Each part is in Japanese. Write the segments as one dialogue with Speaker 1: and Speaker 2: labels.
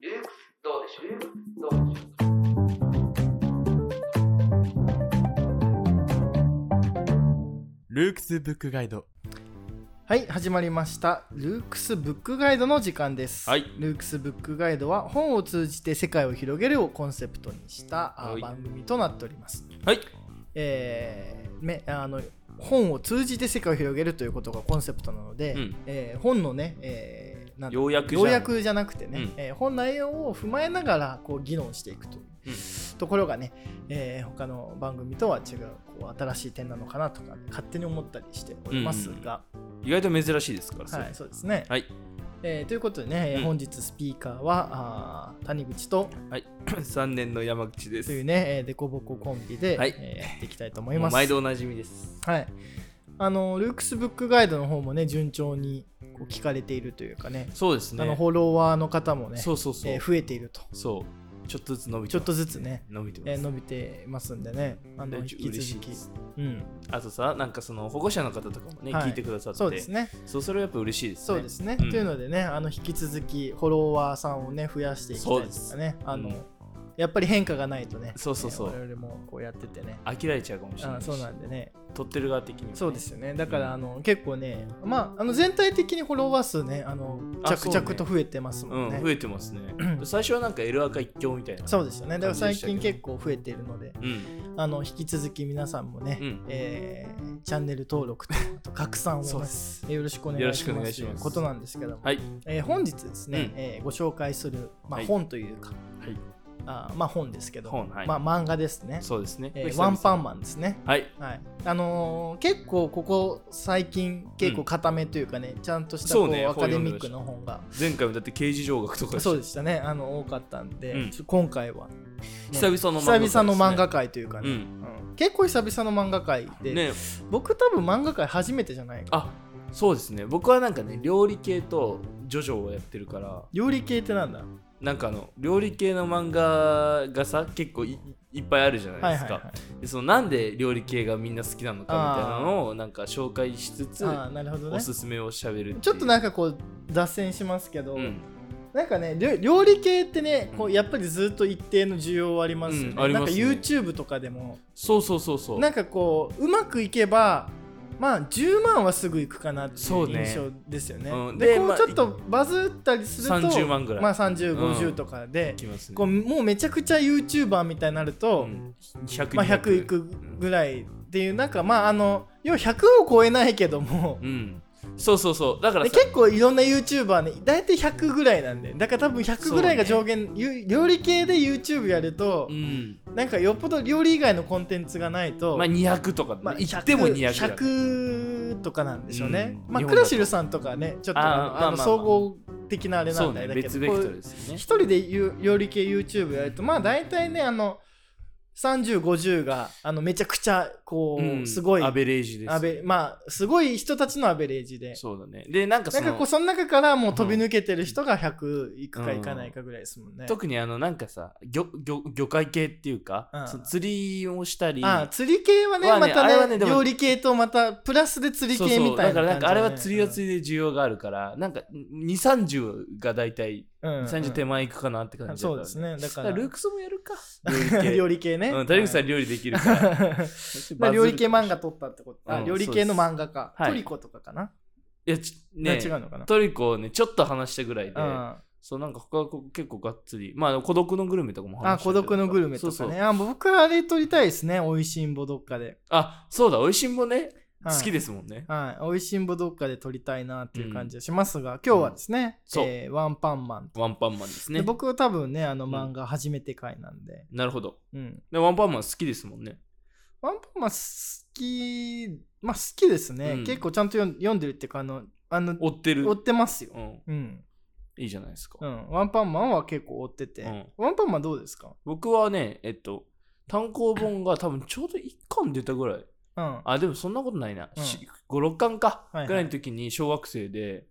Speaker 1: ルークスどうでしょうルークスどうでしょう
Speaker 2: ルークスブックガイド
Speaker 3: はい始まりましたルークスブックガイドの時間です、
Speaker 2: はい
Speaker 3: ルークスブックガイドは本を通じて世界を広げるをコンセプトにした、あ
Speaker 2: はい
Speaker 3: 番組となっております
Speaker 2: はい
Speaker 3: えーめあの本を通じて世界を広げるということがコンセプトなので、
Speaker 2: うん
Speaker 3: えー本のね、えーなん
Speaker 2: 要約じゃん
Speaker 3: 要約じゃなくてね、
Speaker 2: うん
Speaker 3: えー本内容を踏まえながらこう議論していくという、
Speaker 2: うん
Speaker 3: ところがね、えー他の番組とは違うこう新しい点なのかなとか、勝手に思ったりしておりますが、
Speaker 2: 意外と珍しいですからそれ
Speaker 3: はい、そうですね、
Speaker 2: はい、
Speaker 3: えーということでね、えー
Speaker 2: うん
Speaker 3: 本日スピーカーはあー谷口と
Speaker 2: はい、3年 の山口です
Speaker 3: というね、えー、デコボココンビで、
Speaker 2: はい
Speaker 3: えーやっていきたいと思い
Speaker 2: も
Speaker 3: ま
Speaker 2: う
Speaker 3: す。
Speaker 2: 毎度おなじみです
Speaker 3: はい。あの、ルークスブックガイドの方もね、順調にこう聞かれているというかね、
Speaker 2: そうですね
Speaker 3: あのフォロワーの方もね、
Speaker 2: そうそうそう、
Speaker 3: えー増えていると、
Speaker 2: そうちょっとずつ伸びて
Speaker 3: ちょっと
Speaker 2: ず
Speaker 3: ずつね、
Speaker 2: 伸びてます、
Speaker 3: えー伸びてますんでね、あの引
Speaker 2: 嬉
Speaker 3: き続
Speaker 2: しい
Speaker 3: き
Speaker 2: で、す
Speaker 3: うん、
Speaker 2: あとさなんかその保護者の方とかもね、
Speaker 3: はい
Speaker 2: 聞いてくださって
Speaker 3: そうですね、
Speaker 2: そうそれはやっぱ嬉しいですね
Speaker 3: そうですね。
Speaker 2: うん
Speaker 3: というのでね、あの引き続きフォロワーさんをね、増やしていきたいですね、あの、
Speaker 2: うん
Speaker 3: やっぱり変化がないとね、
Speaker 2: そうそうそ
Speaker 3: え
Speaker 2: う
Speaker 3: ー我々もこうやっててね。
Speaker 2: 飽きられちゃうかもしれ
Speaker 3: あー
Speaker 2: ないし
Speaker 3: そうなんでね、
Speaker 2: 撮ってる側的にもね、
Speaker 3: そうですよね。だか
Speaker 2: うん
Speaker 3: ら、あの、結構ね、まあ、あの、全体的にフォロワー数ね、あの、
Speaker 2: あ
Speaker 3: 着
Speaker 2: そう
Speaker 3: 々
Speaker 2: ね
Speaker 3: と増えてます
Speaker 2: う
Speaker 3: もんね
Speaker 2: ん、増。えてますね最初はなんか L アカ一強みたいな
Speaker 3: そうですよね。だから最
Speaker 2: 感
Speaker 3: 近
Speaker 2: じで
Speaker 3: 結構増えているので、
Speaker 2: うん
Speaker 3: あの、引き続き皆さんもね、
Speaker 2: うん
Speaker 3: えーチャンネル登録と、あと拡散をね、
Speaker 2: そうです
Speaker 3: よろしくお願
Speaker 2: よろ
Speaker 3: い
Speaker 2: し
Speaker 3: し
Speaker 2: くお
Speaker 3: ま
Speaker 2: 願い
Speaker 3: す
Speaker 2: し
Speaker 3: とい
Speaker 2: ます
Speaker 3: うことなんですけども、
Speaker 2: はい
Speaker 3: えー本日ですね、
Speaker 2: うん
Speaker 3: えーご紹介する、まあ、
Speaker 2: はい
Speaker 3: 本というか、
Speaker 2: はい
Speaker 3: あーまあ本ですけど、
Speaker 2: 本はい
Speaker 3: まあ漫画ですね、
Speaker 2: そうですね、
Speaker 3: えー
Speaker 2: これ久
Speaker 3: ワ
Speaker 2: 々
Speaker 3: ンパンマンですね。
Speaker 2: はい
Speaker 3: はい、あのー結構ここ最近結構固めというかね、ちゃんとしたこ
Speaker 2: そう
Speaker 3: う、
Speaker 2: ね
Speaker 3: アカデミックの本が
Speaker 2: 前回もだって刑事上学とか
Speaker 3: そうで
Speaker 2: し
Speaker 3: したねあの多かったんで、
Speaker 2: うん
Speaker 3: ちょ今回は、ね
Speaker 2: 久々の漫画、
Speaker 3: 久々の漫画界というかね、
Speaker 2: う
Speaker 3: うん結構久々の漫画界で、
Speaker 2: ね
Speaker 3: 僕多分漫画界初めてじゃないか
Speaker 2: あそうですね僕はなんかね料理系とジョジョをやってるから
Speaker 3: 料理系ってなんだ
Speaker 2: なんかあの料理系の漫画がさ結構いいいっぱいあるじゃない
Speaker 3: はい
Speaker 2: で
Speaker 3: は
Speaker 2: す
Speaker 3: い
Speaker 2: か、
Speaker 3: はい
Speaker 2: でそのなんで料理系がみんな好きなのかみたいなのをなんか紹介しつつ
Speaker 3: ああなるほど
Speaker 2: お
Speaker 3: ね
Speaker 2: すすめをしゃべる
Speaker 3: ちょっと
Speaker 2: な
Speaker 3: なんかこう脱線しますけど、
Speaker 2: うん、
Speaker 3: なんかね料料理系ってねこうやっぱりずっと一定の需要はありますよね,、
Speaker 2: うんありますね
Speaker 3: なんか YouTube とかでも
Speaker 2: そうそうそうそう
Speaker 3: なんかこううまくいけばまあ10万はすぐいくかなってい
Speaker 2: そう
Speaker 3: う
Speaker 2: ね
Speaker 3: 印象ですよね
Speaker 2: うん
Speaker 3: で
Speaker 2: で
Speaker 3: こ
Speaker 2: ま
Speaker 3: う
Speaker 2: あ
Speaker 3: ちょっとバズったりすると
Speaker 2: 30万ぐらい
Speaker 3: まあ30、
Speaker 2: うん
Speaker 3: 50とかで、
Speaker 2: きますね
Speaker 3: こうもうめちゃくちゃ YouTuber みたいになると、
Speaker 2: うん100
Speaker 3: まあ、100いくぐらいっていうなんかまああの要は100を超えないけども、
Speaker 2: うんそうそうそうだから
Speaker 3: で
Speaker 2: さ
Speaker 3: 結構いろんな YouTuber ね大体100ぐらいなんでだから多分100ぐらいが
Speaker 2: そ
Speaker 3: 上限、ゆ料理系で YouTube やると
Speaker 2: う、ん
Speaker 3: なんかよっぽど料理以外のコンテンツがないと、
Speaker 2: まあ200とかね、
Speaker 3: まあ
Speaker 2: 行っても200だから
Speaker 3: 100とかなんでしょうね、
Speaker 2: うん
Speaker 3: まあ
Speaker 2: 日本だと
Speaker 3: クラシルさんとかねちょっとあの
Speaker 2: あーまあまあ
Speaker 3: あの
Speaker 2: まあ
Speaker 3: 総合的なあれな
Speaker 2: そうん
Speaker 3: であ
Speaker 2: ね
Speaker 3: れだけど
Speaker 2: 別ベクト
Speaker 3: こ
Speaker 2: ル
Speaker 3: う
Speaker 2: ですよ
Speaker 3: 一
Speaker 2: ね
Speaker 3: 人でゆ料理系 YouTube やるとまあ大体ねあの3050があのめちゃくちゃこう、
Speaker 2: うん
Speaker 3: すごい
Speaker 2: アベレージです
Speaker 3: アベまあすごい人たちのアベレージで
Speaker 2: そうだねでなんか
Speaker 3: な
Speaker 2: そ
Speaker 3: ん
Speaker 2: の
Speaker 3: かこうその中からもう飛び抜けてる人が100いくかいかないかぐらいですもんね、
Speaker 2: 特にあのなんかさ魚魚魚介系っていうか、
Speaker 3: うん
Speaker 2: その釣りをしたり
Speaker 3: ああ釣り系はね
Speaker 2: はね
Speaker 3: また
Speaker 2: あ
Speaker 3: ね
Speaker 2: れはねでも
Speaker 3: 料理系とまたプラスで釣り
Speaker 2: そう
Speaker 3: 系
Speaker 2: そう
Speaker 3: みたいな感じ、ね、
Speaker 2: だからなんかあれは釣りは
Speaker 3: り、
Speaker 2: 釣りで需要があるから、なんか230が大体
Speaker 3: うん
Speaker 2: 30手前いくかなって
Speaker 3: うん
Speaker 2: 感じだ
Speaker 3: そ
Speaker 2: っ
Speaker 3: う
Speaker 2: た
Speaker 3: ですねだか
Speaker 2: だ
Speaker 3: ら
Speaker 2: からルークスもやるか
Speaker 3: 料
Speaker 2: 理
Speaker 3: 理系ね、
Speaker 2: 系うん谷口さん料理できる から
Speaker 3: まあ料理系漫画
Speaker 2: 画
Speaker 3: 撮ったってこと、あ
Speaker 2: うん
Speaker 3: 料理系の漫画か、
Speaker 2: そうですはい
Speaker 3: トリコとかかな、
Speaker 2: いやち
Speaker 3: ね、
Speaker 2: ね
Speaker 3: 違うのかな、
Speaker 2: トリコをねちょっと話したぐらいで
Speaker 3: あ
Speaker 2: そうなんか他はこう結構がっつりまあ孤独のグルメとかも
Speaker 3: あ
Speaker 2: 話した
Speaker 3: 孤
Speaker 2: り
Speaker 3: 独のグルメとかね
Speaker 2: そうそう
Speaker 3: あ僕はあれ撮りたいですねおいしんぼどっかで、
Speaker 2: あそうだ美味しんもね好
Speaker 3: はい
Speaker 2: きですもんね
Speaker 3: はい、おいしんぼどっかで撮りたいなっていう感じがしますが、今日はですね、
Speaker 2: そう
Speaker 3: えーワンパンマン、
Speaker 2: ワンパンマンです
Speaker 3: で
Speaker 2: ね
Speaker 3: 僕は多分ねあの
Speaker 2: うん
Speaker 3: 漫画初めて回なんで、
Speaker 2: なるほど
Speaker 3: うん、
Speaker 2: でワンパンマン好きですもんね
Speaker 3: ワンパンマン好きまあ好きですね、
Speaker 2: うん
Speaker 3: 結構ちゃんと読ん読んでるっていうかあのあの
Speaker 2: 追ってる
Speaker 3: 追ってますよ、
Speaker 2: うん
Speaker 3: うん
Speaker 2: いいじゃないですか
Speaker 3: うん、ワンパンマンは結構追ってて、
Speaker 2: うん
Speaker 3: ワンパンマンどうですか
Speaker 2: 僕はねえっと単行本が多分ちょうど1巻出たぐらい
Speaker 3: うん。は
Speaker 2: あでもそんなことないな、
Speaker 3: うん
Speaker 2: 56巻か
Speaker 3: いはい
Speaker 2: ぐらいの時に小学生で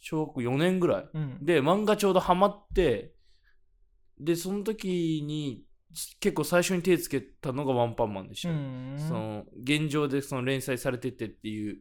Speaker 2: 小学4年ぐらい
Speaker 3: うん、
Speaker 2: で漫画ちょうどハマってでその時に結構最初に手つけたのがワンパンマンでした、
Speaker 3: うん
Speaker 2: その現状でその連載されててっていう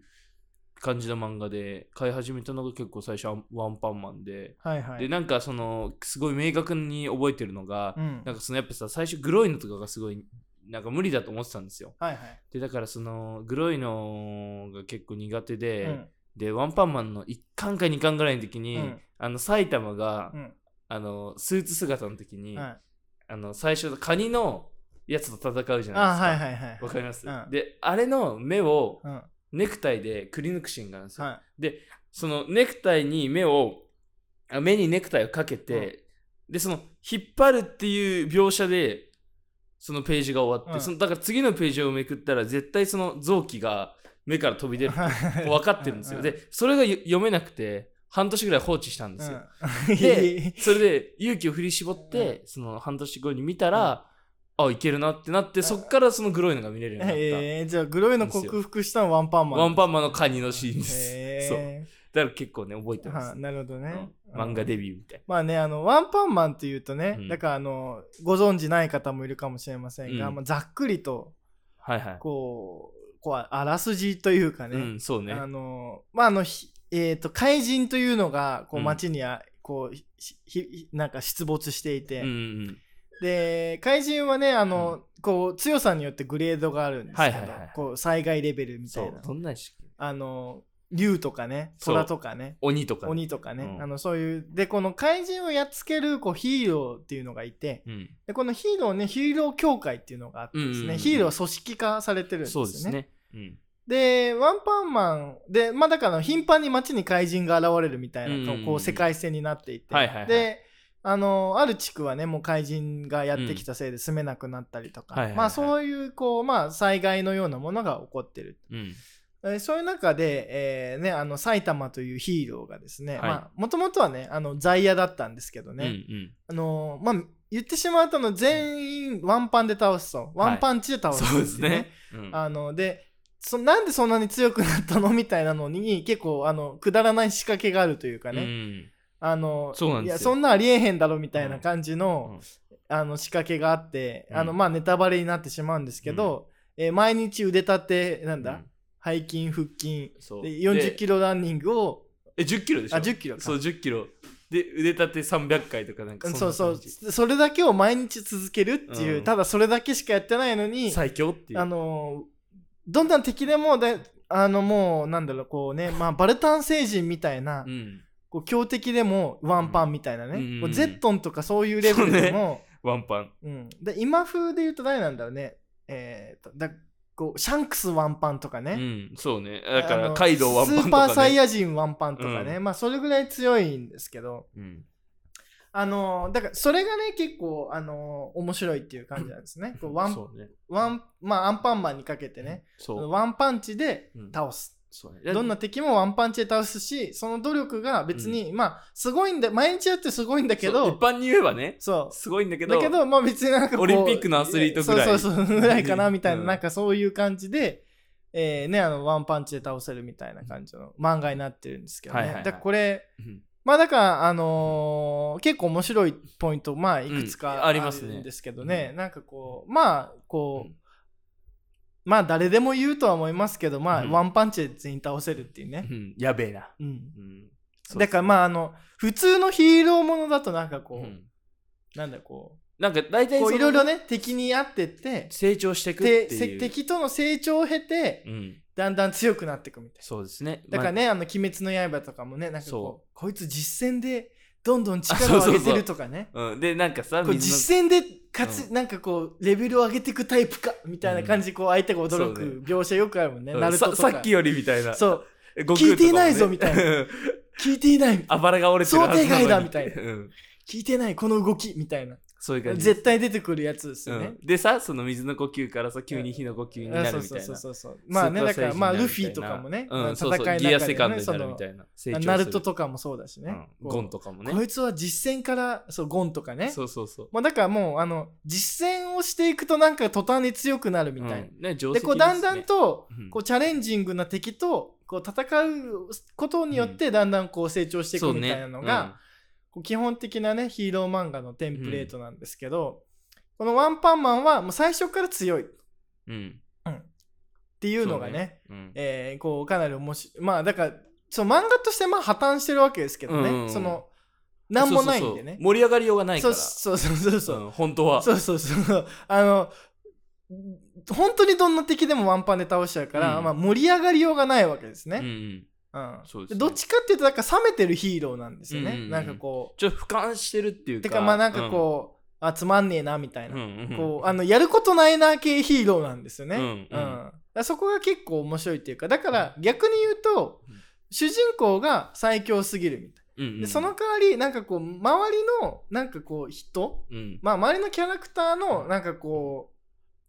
Speaker 2: 感じの漫画で買い始めたのが結構最初はワンパンマンで、
Speaker 3: はいはい。
Speaker 2: でなんかそのすごい明確に覚えてるのが、
Speaker 3: うん
Speaker 2: なんかそのやっぱさ最初グロいのとかがすごいなんか無理だと思ってたんですよ
Speaker 3: はいはい。
Speaker 2: でだからそのグロいのが結構苦手で、
Speaker 3: うん
Speaker 2: でワンパンマンの1巻か2巻ぐらいの時に、
Speaker 3: うん
Speaker 2: あの埼玉が、
Speaker 3: うん
Speaker 2: あのスーツ姿の時に、
Speaker 3: はい
Speaker 2: あの最初のカニのやつと戦うじゃ
Speaker 3: あは
Speaker 2: な
Speaker 3: い
Speaker 2: いですか
Speaker 3: は
Speaker 2: わ、
Speaker 3: いはい。
Speaker 2: かります、
Speaker 3: うん
Speaker 2: であれの目を
Speaker 3: うん。
Speaker 2: ネクタイでくり抜くシーンがあるんですよ、
Speaker 3: は
Speaker 2: そのネクタイに目をあ目にネクタイをかけて、でその引っ張るっていう描写でそのページが終わって、
Speaker 3: うん
Speaker 2: そのだから次のページをめくったら絶対その臓器が目から飛び
Speaker 3: い。
Speaker 2: 出る分かってるんですよ、
Speaker 3: う
Speaker 2: でそれがよ読めなくて半年ぐらい放置したんですよ、
Speaker 3: うん
Speaker 2: でそれで勇気を振り絞って、その半年後に見たら、あいけるなってなってそっからそのグロいのが見れるようになった、
Speaker 3: えー、じゃあグロいの克服したのはワンパンマン
Speaker 2: ワンパンマンのカニのシーンです、
Speaker 3: へ
Speaker 2: そう
Speaker 3: ー
Speaker 2: だから結構ね覚えてます
Speaker 3: は、いなるほどね、
Speaker 2: うん漫画デビューみたい
Speaker 3: まあねあのワンパンマンっていうとね、
Speaker 2: うん
Speaker 3: だからあのご存じない方もいるかもしれませんが、
Speaker 2: うん
Speaker 3: まあ、ざっくりと
Speaker 2: な。はいはい。
Speaker 3: こうこうあらすじというかね、
Speaker 2: うん、そうね。
Speaker 3: あのまああのひえー、と怪人というのがこう
Speaker 2: うん
Speaker 3: 街にあ、こうひひなんか出没していて、
Speaker 2: うんうん
Speaker 3: で怪人はねあの、こう強さによってグレードがあるんですけど、
Speaker 2: はいはいはい
Speaker 3: こう災害レベルみた
Speaker 2: そ
Speaker 3: いうな、
Speaker 2: どんなんでしたっけ
Speaker 3: あの竜とかね
Speaker 2: そう
Speaker 3: 虎とかね
Speaker 2: 鬼とかね。
Speaker 3: 鬼とかね、
Speaker 2: うん
Speaker 3: あのそういうでこの怪人をやっつけるこうヒーローっていうのがいて
Speaker 2: うん。
Speaker 3: でこのヒーローねヒーロー協会っていうのがあってですね、
Speaker 2: うんうんうん
Speaker 3: ヒーローは組織化されてるんです
Speaker 2: そ
Speaker 3: よ
Speaker 2: う
Speaker 3: ね
Speaker 2: ですね。うん。
Speaker 3: でワンパンマンでまあだから頻繁に街に怪人が現れるみたいな、
Speaker 2: うんうんうん
Speaker 3: こう世界線になっていて、
Speaker 2: はいはいはい
Speaker 3: であのある地区はねもう怪人がやってきたせいで住めなくなったりとか、
Speaker 2: はいはいはい
Speaker 3: まあそういうこうまあ災害のようなものが起こってる
Speaker 2: うん。
Speaker 3: えーそういう中で、えーね、あの埼玉というヒーローがですね
Speaker 2: はい
Speaker 3: もともとはねあの在野だったんですけど
Speaker 2: うん。う
Speaker 3: ね、
Speaker 2: ん。
Speaker 3: あのーまあ、言ってしまうとあの全員ワンパンで倒すとワンパンチで倒す、
Speaker 2: そうですね。うん
Speaker 3: あのでそなんでそんなに強くなったのみたいなのに結構あのくだらない仕掛けがあるというか
Speaker 2: う
Speaker 3: ね、
Speaker 2: ん。
Speaker 3: あの
Speaker 2: そうなんです
Speaker 3: い
Speaker 2: よ
Speaker 3: やそんなありえへんだろみたいな感じ
Speaker 2: うんう
Speaker 3: の
Speaker 2: ん,、
Speaker 3: あの仕掛けがあって、
Speaker 2: うん
Speaker 3: あのまあ、ネタバレになってしまうんですけど、えー毎日腕立てなんだ、
Speaker 2: うん
Speaker 3: 背筋腹筋
Speaker 2: そう。
Speaker 3: で40キ
Speaker 2: ロ。
Speaker 3: ロランニングを
Speaker 2: え、10キロでしょ
Speaker 3: あ10キロか
Speaker 2: そう、10キロ。で、腕立て300回とかなんか
Speaker 3: うん
Speaker 2: ん
Speaker 3: そ
Speaker 2: な感
Speaker 3: う
Speaker 2: じ。
Speaker 3: そうそれだけを毎日続けるっていう、
Speaker 2: うん
Speaker 3: ただそれだけしかやってないのに
Speaker 2: 最強っていう。
Speaker 3: あのどんな敵でもだあのもうなんだろうこう ね、まあ、バルタン星人みたいな、
Speaker 2: うん。
Speaker 3: こう強敵でもワンパンみたいなね、
Speaker 2: うん
Speaker 3: こうゼットンとかそういうレベルでも
Speaker 2: ワンパン。
Speaker 3: う、ん、で今風で言うと誰なんだろうねえーとだこうシャンクスワンパンとかね、
Speaker 2: うん。そうね。だか
Speaker 3: あ
Speaker 2: ら、
Speaker 3: の
Speaker 2: カイドウワンパンとかね。
Speaker 3: スーパーサイヤ人ワンパンとかね、
Speaker 2: う
Speaker 3: まあそれぐらい強いんですけど、
Speaker 2: うん。
Speaker 3: あのーだからそれがね結構、あのー面白いっていう感じなんですね。こうワン
Speaker 2: そうね。
Speaker 3: ワンまあアンパンマンにかけてね、
Speaker 2: そう。
Speaker 3: ワンパンチで倒す。
Speaker 2: そうね
Speaker 3: どんな敵もワンパンチで倒すし、その努力が別に、まあすごいんだ毎日やってすごいんだけ
Speaker 2: そう一
Speaker 3: ど、
Speaker 2: 般に言えばね、
Speaker 3: そう。
Speaker 2: すごいんだけど、
Speaker 3: だけど、まあ別になんかこう
Speaker 2: オリンピックのアスリートぐらい
Speaker 3: そうそうそう、ぐらいかなみたいな、
Speaker 2: うん
Speaker 3: なんかそういう感じで、えーね、あの、ワンパンチで倒せるみたいな感じの漫画になってるんですけどね。
Speaker 2: はいはいはい
Speaker 3: だからこれ、
Speaker 2: うん
Speaker 3: まあだから、あのー結構面白いポイント、まあいくつ
Speaker 2: うん
Speaker 3: かあ
Speaker 2: あ
Speaker 3: る
Speaker 2: りますね
Speaker 3: んですけどね、
Speaker 2: う
Speaker 3: なんかこう、まあこう、
Speaker 2: うん
Speaker 3: まあ誰でも言うとは思いますけど、まあ
Speaker 2: うん
Speaker 3: ワンパンチで全員倒せるっていうね
Speaker 2: う。んやべえな。
Speaker 3: うん。
Speaker 2: うん
Speaker 3: だからまああの、普通のヒーローものだとなんかこう、
Speaker 2: うん
Speaker 3: なんだこ
Speaker 2: なんか大
Speaker 3: う、
Speaker 2: 体
Speaker 3: こ
Speaker 2: そうの
Speaker 3: いろいろね、敵に会ってって、
Speaker 2: 成長していくって
Speaker 3: で
Speaker 2: い
Speaker 3: せ
Speaker 2: う。
Speaker 3: 敵との成長を経て、
Speaker 2: うん、
Speaker 3: だんだん強くなっていくみたい
Speaker 2: そうですね。
Speaker 3: なだからね、あ、の「鬼滅の刃」とかもねなんかこ
Speaker 2: そう
Speaker 3: こいつ実戦でどんどん
Speaker 2: あそ
Speaker 3: 力
Speaker 2: う
Speaker 3: を
Speaker 2: そうそう
Speaker 3: 上げてるとかね
Speaker 2: まあうん、で、なんかさ、
Speaker 3: こう
Speaker 2: 水の
Speaker 3: 実戦で勝ち、
Speaker 2: う
Speaker 3: なんかこうレベルを上げていくタイプかみたいな感じでこう相手が驚
Speaker 2: そうね
Speaker 3: く描写よくあるもんね、
Speaker 2: うん
Speaker 3: ナルトとか
Speaker 2: ささっきよりみたいな。
Speaker 3: そう
Speaker 2: え悟空
Speaker 3: 聞
Speaker 2: とかもね
Speaker 3: いていないぞみ たいな。聞いていないみたい
Speaker 2: あばらが折れてるはずなのに
Speaker 3: 想定外だみたいな
Speaker 2: うん、
Speaker 3: 聞いてないこの動きみたいな
Speaker 2: そういう感じ。
Speaker 3: 絶対出てくるやつです
Speaker 2: う
Speaker 3: よね、
Speaker 2: ん、でさ、その水の呼吸からさ、急に火の呼吸にな
Speaker 3: あ
Speaker 2: るみたい
Speaker 3: そ
Speaker 2: な。
Speaker 3: うそうそうそうそうまあねだからまあルフィとかもね、
Speaker 2: う
Speaker 3: 戦
Speaker 2: ん、そ
Speaker 3: いうの
Speaker 2: そう
Speaker 3: 中で
Speaker 2: ギアセカンドになるみ
Speaker 3: ね
Speaker 2: たいな。成
Speaker 3: その
Speaker 2: 長
Speaker 3: ナルト
Speaker 2: か
Speaker 3: とかもそうだしね、こう
Speaker 2: ゴンとかもね。
Speaker 3: こいつは実戦からそうゴンとかね
Speaker 2: そうそうそう。
Speaker 3: もうだからもうあの実戦をしていくとなんか途端に強くなるみたいな、
Speaker 2: うんね、定
Speaker 3: で
Speaker 2: 石
Speaker 3: こうだんだんと
Speaker 2: ですねうん
Speaker 3: こうチャレンジングな敵とこう戦うことによってだんだんこう成長していくみたいなのが、、こう基本的なねヒーロー漫画のテンプレートなんですけど、このワンパンマンはもう最初から強い
Speaker 2: そうねうんうん
Speaker 3: っていうのがね、
Speaker 2: そうね
Speaker 3: えーこうかなり面白いまあだからその漫画としてまあ破綻してるわけですけどね、
Speaker 2: うんうん
Speaker 3: そのなんもないんで
Speaker 2: そうそう
Speaker 3: ね
Speaker 2: そう盛り上がりようがないか
Speaker 3: そう
Speaker 2: ら
Speaker 3: そうそうそうそう
Speaker 2: うん本当は
Speaker 3: そうそうそう。あの、本当にどんな敵でもワンパンで倒しちゃうから、
Speaker 2: うん
Speaker 3: まあ盛り上がりようがないわけです
Speaker 2: うんう
Speaker 3: ね。
Speaker 2: ん
Speaker 3: うん。
Speaker 2: そうです
Speaker 3: で
Speaker 2: ね
Speaker 3: どっちかっていうと、なんか冷めてるヒーローなんですよね。
Speaker 2: うんうんうん
Speaker 3: なんかこ
Speaker 2: ちょっと俯瞰してるっていう
Speaker 3: う。
Speaker 2: か
Speaker 3: てかまあなんかこう、あ、つまんねえな、みたい
Speaker 2: うん、
Speaker 3: な。
Speaker 2: うんうん
Speaker 3: こう、あの、やることないな系ヒーローなんですよね。
Speaker 2: うん
Speaker 3: う
Speaker 2: うん
Speaker 3: んだからそこが結構面白いっていうか、だから逆に言うと
Speaker 2: うん、
Speaker 3: 主人公が最強すぎるみたい
Speaker 2: うんうん
Speaker 3: な。で、その代わり、なんかこう、周りの、なんかこう、人
Speaker 2: うん
Speaker 3: まあ、周りのキャラクターのなんかこう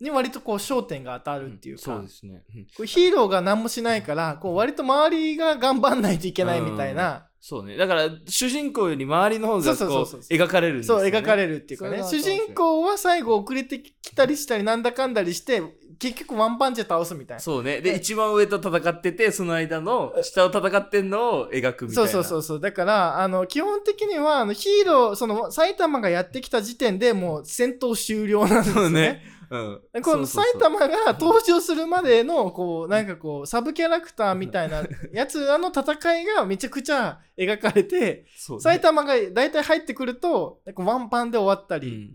Speaker 3: に割とこう焦点が当たるっていうか、
Speaker 2: そうですねうん
Speaker 3: こうヒーローが何もしないからこう割と周りが頑張んないといけないみたいな、
Speaker 2: そうねだから主人公より周りの方が
Speaker 3: そう
Speaker 2: こ
Speaker 3: そううそうそう
Speaker 2: 描かれるんですよ
Speaker 3: そう
Speaker 2: ね
Speaker 3: 描かれるっていうかね
Speaker 2: そ
Speaker 3: 主
Speaker 2: れが
Speaker 3: 人公は最後遅れてきたりしたりなんだかんだりして結局ワンパンチで倒すみたいな。
Speaker 2: そうねで
Speaker 3: ね
Speaker 2: 一番上と戦っててその間の下を戦ってんのを描くみたい
Speaker 3: そう
Speaker 2: な
Speaker 3: そうそううそうだからあの基本的にはあのヒーローその埼玉がやってきた時点でもう戦闘終了なんです
Speaker 2: そ
Speaker 3: よ
Speaker 2: う
Speaker 3: ね
Speaker 2: ね、うん、
Speaker 3: この
Speaker 2: そう
Speaker 3: 埼
Speaker 2: そうそう
Speaker 3: 玉が登場するまでのこうなんかこうサブキャラクターみたいなやつらの戦いがめちゃくちゃ描かれて
Speaker 2: そうね
Speaker 3: 埼玉が大体入ってくるとなんかワンパンで終わったり、
Speaker 2: うん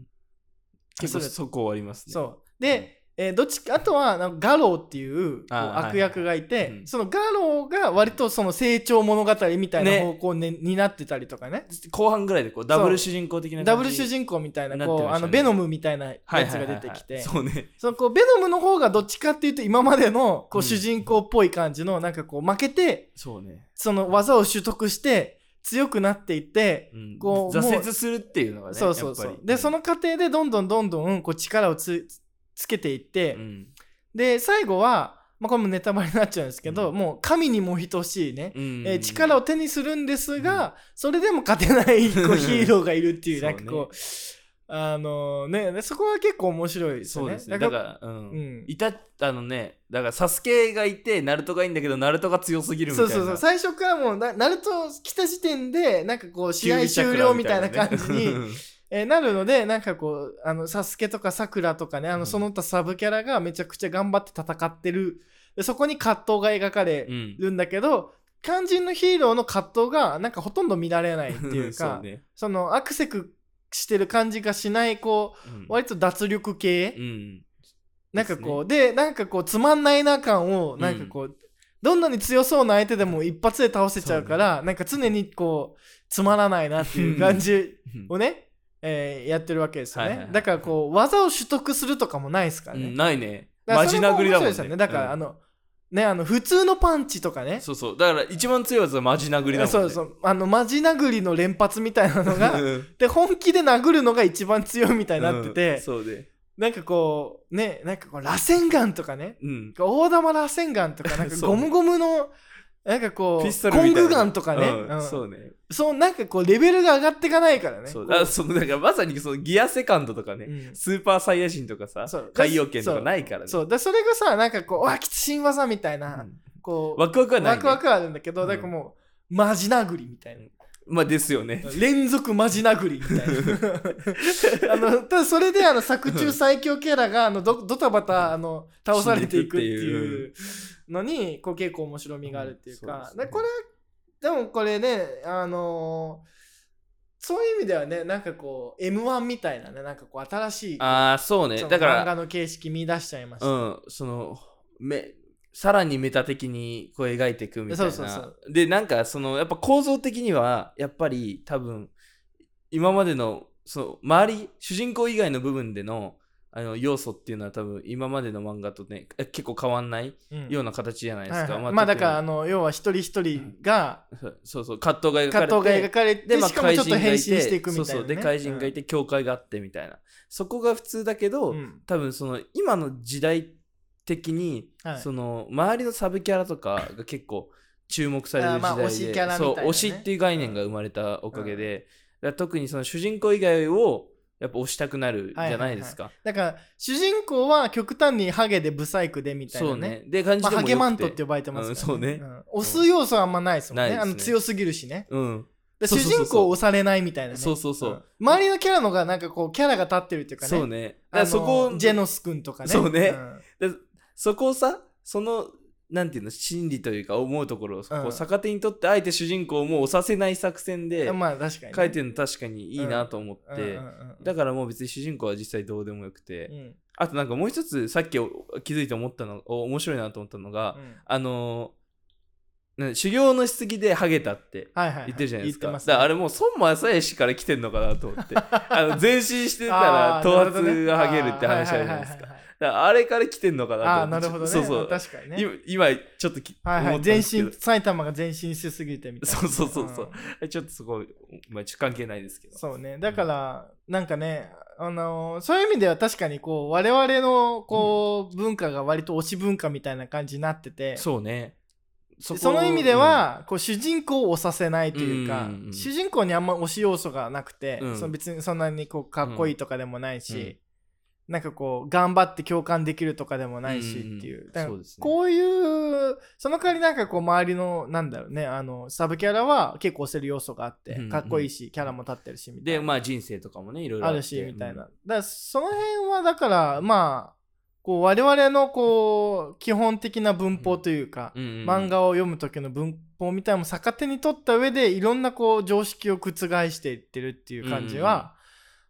Speaker 2: 結構そこ終わりますね
Speaker 3: そうで、えーどっちかあとはなんかガローっていうこう
Speaker 2: あー
Speaker 3: 悪役がいて、
Speaker 2: はいはいうん
Speaker 3: そのガローが割とその成長物語みたいな
Speaker 2: ね
Speaker 3: 方向に,、になってたりとかね
Speaker 2: 後半ぐらいでこうダブル主人公的な
Speaker 3: ダブル主
Speaker 2: 公
Speaker 3: 人公みたいな
Speaker 2: なっ
Speaker 3: こ
Speaker 2: て
Speaker 3: う
Speaker 2: ましたね
Speaker 3: あのベノムみたいなやつが出てきて
Speaker 2: そうね
Speaker 3: そのこうベノムの方がどっちかっていうと今までのこう
Speaker 2: う
Speaker 3: ん主人公っぽい感じのなんかこう負けて
Speaker 2: そうね、
Speaker 3: その技を取得して強くなっていって、
Speaker 2: うん、
Speaker 3: こう
Speaker 2: 挫折するっていうのがね
Speaker 3: そうそうそ
Speaker 2: やっ
Speaker 3: う
Speaker 2: ぱり
Speaker 3: でその過程でどんどんどんどんこう力をつつけていって、
Speaker 2: うん
Speaker 3: で最後は、まあ、これもネタバレになっちゃうんですけど、
Speaker 2: う
Speaker 3: もう神にも等しいね、
Speaker 2: うん
Speaker 3: えー力を手にするんですが、それでも勝てないこうヒーローがいるっていう
Speaker 2: そう
Speaker 3: なん
Speaker 2: ね
Speaker 3: かこうあのねでそこは結構面白いです
Speaker 2: そ
Speaker 3: よ
Speaker 2: う
Speaker 3: ね。
Speaker 2: ですね
Speaker 3: だ
Speaker 2: だ
Speaker 3: から
Speaker 2: から、うん
Speaker 3: うん
Speaker 2: いたあのねだからサスケがいてナルトがいいんだけどナルトが強すぎるみた
Speaker 3: そ
Speaker 2: いう
Speaker 3: そ
Speaker 2: な
Speaker 3: うそう最初からもうなナルト来た時点でなんかこう試合終了みたいな感じに、 えーなるのでなんかこうあのサスケとかさくらとかねあ
Speaker 2: う
Speaker 3: の
Speaker 2: ん
Speaker 3: その他サブキャラがめちゃくちゃ頑張って戦ってるでそこに葛藤が描かれ
Speaker 2: うん
Speaker 3: るんだけど、肝心のヒーローの葛藤がなんかほとんど見られないっていう
Speaker 2: そ
Speaker 3: か
Speaker 2: ね
Speaker 3: そのアクセクしてる感じがしないこう
Speaker 2: うん
Speaker 3: 割と脱力系、
Speaker 2: うん
Speaker 3: なんかこう、で、なんかこう、つまんないな感を、なんかこう、どんなに強そうな相手でも一発で倒せちゃうから、なんか常にこう、つまらないなっていう感じ
Speaker 2: うん
Speaker 3: をね、えーやってるわけですよね。
Speaker 2: はいはいはい
Speaker 3: だからこう、技を取得するとかもないですから
Speaker 2: う
Speaker 3: ね。
Speaker 2: んないね
Speaker 3: だか
Speaker 2: マ
Speaker 3: らそ
Speaker 2: ジ
Speaker 3: れも
Speaker 2: 殴りだ
Speaker 3: 面白
Speaker 2: も
Speaker 3: い
Speaker 2: ん
Speaker 3: ですよ
Speaker 2: ね
Speaker 3: ね。だから、あの、ね、あの、普通のパンチとか
Speaker 2: う
Speaker 3: ね
Speaker 2: ん。そうそうだから一番強いやつはマジ殴りだもんね
Speaker 3: そうそう。あの、マジ殴りの連発みたいなの が、
Speaker 2: うん
Speaker 3: で、本気で殴るのが一番強いみたいになって
Speaker 2: うん
Speaker 3: て、
Speaker 2: そうで
Speaker 3: なんかこう、ね、なんかこう、螺旋ガンとかね。
Speaker 2: うん
Speaker 3: 大玉螺旋ガンとか、なんか
Speaker 2: そう
Speaker 3: ゴムゴムの、なんかこ
Speaker 2: ピス
Speaker 3: う、
Speaker 2: ト
Speaker 3: コン
Speaker 2: ルみたい
Speaker 3: グ
Speaker 2: な
Speaker 3: ガンとかね、
Speaker 2: うん
Speaker 3: うん
Speaker 2: そうね
Speaker 3: そう、なんかこう、レベルが上がっていかないからね。
Speaker 2: そう
Speaker 3: こ
Speaker 2: だからそのだからまさにそのギアセカンドとかね、
Speaker 3: うん
Speaker 2: スーパーサイヤ人とかさ
Speaker 3: そう
Speaker 2: 海洋圏とかないからね
Speaker 3: そう、で、それがさ、なんかこう、うわ、きつ新技みたいな、
Speaker 2: うん
Speaker 3: こう、
Speaker 2: ワクワクはない、
Speaker 3: ワ
Speaker 2: ね、
Speaker 3: クワクはあるんだけど、
Speaker 2: うん
Speaker 3: なんかもう、マジ殴りみたいな。
Speaker 2: まあですよね
Speaker 3: 連続マジ殴りみたいな。 あの、ただそれで、あの、作中最強キャラが、あの、ど、ドタバタ、あの、倒されていくっていうのに、こう結構面白みがあるっていう
Speaker 2: うん
Speaker 3: か
Speaker 2: そ、うですね
Speaker 3: でこれ、でもこれね、あのーそういう意味ではね、なんかこう、M1 みたいなね、なんかこう、新しい、
Speaker 2: ああそうね
Speaker 3: その
Speaker 2: だか
Speaker 3: 漫
Speaker 2: ら
Speaker 3: 画の形式見出しちゃいました。
Speaker 2: うんそのめさらにメタ的にこう描いていくみたいな
Speaker 3: そうそう
Speaker 2: でなんかそのやっぱ構造的にはやっぱり多分今までのその周り主人公以外の部分でのあの要素っていうのは多分今までの漫画とねえ結構変わんない
Speaker 3: うん
Speaker 2: ような形じゃないで
Speaker 3: は
Speaker 2: す
Speaker 3: い
Speaker 2: か、
Speaker 3: はいまあだから、あの、要は一人一人が、
Speaker 2: そうそうそう葛藤が描
Speaker 3: 葛
Speaker 2: か
Speaker 3: 藤が
Speaker 2: れ
Speaker 3: 描
Speaker 2: て
Speaker 3: かれ
Speaker 2: で、
Speaker 3: て、
Speaker 2: まあ、
Speaker 3: しかも
Speaker 2: 怪
Speaker 3: ちょっ
Speaker 2: 人
Speaker 3: と
Speaker 2: がい
Speaker 3: 変
Speaker 2: て
Speaker 3: 身していくみたいなね。
Speaker 2: そうそうで怪人がいて教会があってみたいなそこが普通だけど、
Speaker 3: うん、うん
Speaker 2: 多分その今の時代的に、
Speaker 3: はい
Speaker 2: その周りのサブキャラとかが結構注目される
Speaker 3: あー
Speaker 2: 時
Speaker 3: まあ
Speaker 2: 代で、
Speaker 3: 推しキャラみたい
Speaker 2: そ
Speaker 3: な
Speaker 2: う
Speaker 3: ね
Speaker 2: 推しっていう概念が生まれたおかげで、だから特にその主人公以外をやっぱ推したくなるじゃないですか、
Speaker 3: だから主人公は極端にハゲでブサイクでみたいなね
Speaker 2: そうねで感じ
Speaker 3: まあ、
Speaker 2: ても
Speaker 3: ハ
Speaker 2: よく
Speaker 3: ゲマントって呼ばれてますから、
Speaker 2: うんそ
Speaker 3: ん押す要素はあんまないですもんね
Speaker 2: ないです
Speaker 3: あ
Speaker 2: ね
Speaker 3: の強すぎるしね
Speaker 2: うん
Speaker 3: で
Speaker 2: そう
Speaker 3: 主
Speaker 2: そうそうそう
Speaker 3: 人公を押されないみたいなね
Speaker 2: そうそうそう、
Speaker 3: ん周りのキャラのがなんかこうキャラが立ってるっていうかね
Speaker 2: そうねだ
Speaker 3: あの
Speaker 2: からそこを
Speaker 3: ジェノス君とかね
Speaker 2: そうね
Speaker 3: ん
Speaker 2: でそこをさそのなんていうの心理というか思うところをこ
Speaker 3: うん
Speaker 2: う逆手にとってあえて主人公をもう押させない作戦で
Speaker 3: まあ確かにね、
Speaker 2: 書いてるの確かにいいなと思っ
Speaker 3: う
Speaker 2: て
Speaker 3: んうんうん
Speaker 2: だからもう別に主人公は実際どうでもよくて
Speaker 3: うんうん
Speaker 2: あとなんかもう一つさっきお気づいて思ったのお面白いなと思ったのがあのーな修行のしすぎでハゲたって
Speaker 3: はいはいは、
Speaker 2: 言ってるじゃないですか。
Speaker 3: 言ってます
Speaker 2: だからあ
Speaker 3: れ
Speaker 2: れもう孫正義から来てんのかなと 思って。あの前進してたら頭髪がハゲるって話あるじゃないですか。だからあれから来てんのかな
Speaker 3: あー
Speaker 2: と思
Speaker 3: な
Speaker 2: って。
Speaker 3: るほどね
Speaker 2: そうそう。
Speaker 3: 確かにね
Speaker 2: 今、今ちょっとき
Speaker 3: はいは
Speaker 2: 思
Speaker 3: い
Speaker 2: ったん
Speaker 3: 前
Speaker 2: ですけど
Speaker 3: 進埼玉が前進しすぎてみたいな
Speaker 2: そうそうそうそうんちょっとそこ、まあ、ちょっと関係ないですけど。
Speaker 3: そうねだから、なんかねあのーそういう意味では確かにこう我々のこう、文化が割と推し文化みたいな感じになってて
Speaker 2: そうね。そ
Speaker 3: そ
Speaker 2: こ
Speaker 3: の意味で、は、こう主人公を推させないというか、
Speaker 2: うんうんうん
Speaker 3: 主人公にあんま推し要素がなくて、
Speaker 2: うん
Speaker 3: その別にそんなにこうかっこいいとかでもないし、なんかこう頑張って共感できるとかでもないしっていう,、
Speaker 2: うんうん
Speaker 3: だか
Speaker 2: そ
Speaker 3: ら
Speaker 2: うですね
Speaker 3: こういうその代わりなんかこう周りのなんだろうねあのサブキャラは結構推せる要素があって、
Speaker 2: うんうん
Speaker 3: かっこいいしキャラも立ってるしみ
Speaker 2: うん
Speaker 3: たい
Speaker 2: で、
Speaker 3: な。
Speaker 2: まあ人生とかもね、いろいろ
Speaker 3: あ
Speaker 2: って
Speaker 3: るしみたいな、だからその辺はだからまあこう我々のこう基本的な文法というか、
Speaker 2: うんうんうん
Speaker 3: 漫画を読む時の文法みたいなのも逆手に取った上でいろんなこう常識を覆していってるっていう感じ
Speaker 2: うんうんうん
Speaker 3: は、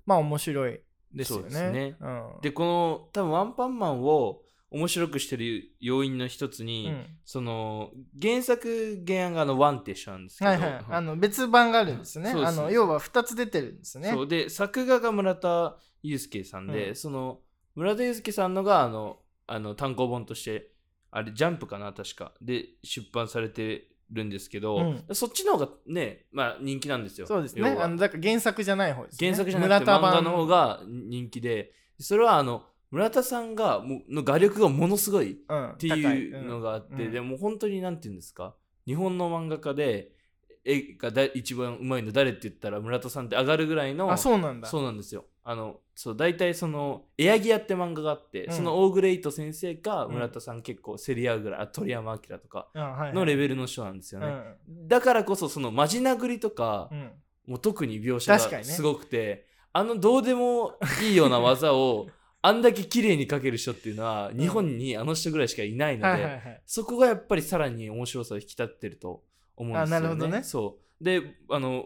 Speaker 3: まあ面白いですよね。
Speaker 2: そうですね
Speaker 3: うん、
Speaker 2: で、この、多分ワンパンマンを面白くしてる要因の一つに、
Speaker 3: うん
Speaker 2: その原作原案があのワンって一緒なんですけど、
Speaker 3: はいはい、あ
Speaker 2: の
Speaker 3: の別版があるんですね。
Speaker 2: そうです
Speaker 3: あの要は2つ出てるんですね。
Speaker 2: そうで作画が村田祐介さんで、
Speaker 3: うん
Speaker 2: その村田祐介さんのがあのあの単行本としてあれ「ジャンプ」かな確かで出版されてるんですけど、
Speaker 3: うん
Speaker 2: そっちの方がね、まあ、人気なんですよ
Speaker 3: そうです
Speaker 2: 要
Speaker 3: ね。
Speaker 2: は
Speaker 3: あのだから原作じゃない方です、ね。
Speaker 2: 原作じゃなくて
Speaker 3: 村田
Speaker 2: 漫
Speaker 3: 版
Speaker 2: 画の方が人気でそれはあの村田さんがもうの画力がものすごい
Speaker 3: うん
Speaker 2: っていうのがあって、
Speaker 3: 高いうん
Speaker 2: でも本当に何て言うんですか日本の漫画家で絵がだ一番うまいの誰って言ったら村田さんって上がるぐらいの
Speaker 3: あそうなんだ。
Speaker 2: そうなんですよあのそう大体その「エアギア」って漫画があって、
Speaker 3: うん
Speaker 2: そのオーグレイト先生か
Speaker 3: うん
Speaker 2: 村田さん結構競り合うぐらいあ鳥山明とか
Speaker 3: うんはいはい
Speaker 2: のレベルの人なんですよね、
Speaker 3: うん
Speaker 2: だからこそそのマジ殴りとか、
Speaker 3: うん
Speaker 2: もう特に描写
Speaker 3: 確か
Speaker 2: が
Speaker 3: にね
Speaker 2: すごくて、あのどうでもいいような技を あんだけ綺麗に描ける人っていうのは日本にあの人ぐらいしかいないので、
Speaker 3: はいはいはい。
Speaker 2: そこがやっぱりさらに面白さを引き立ってると思うんですよね。
Speaker 3: あなるほどね
Speaker 2: そうであの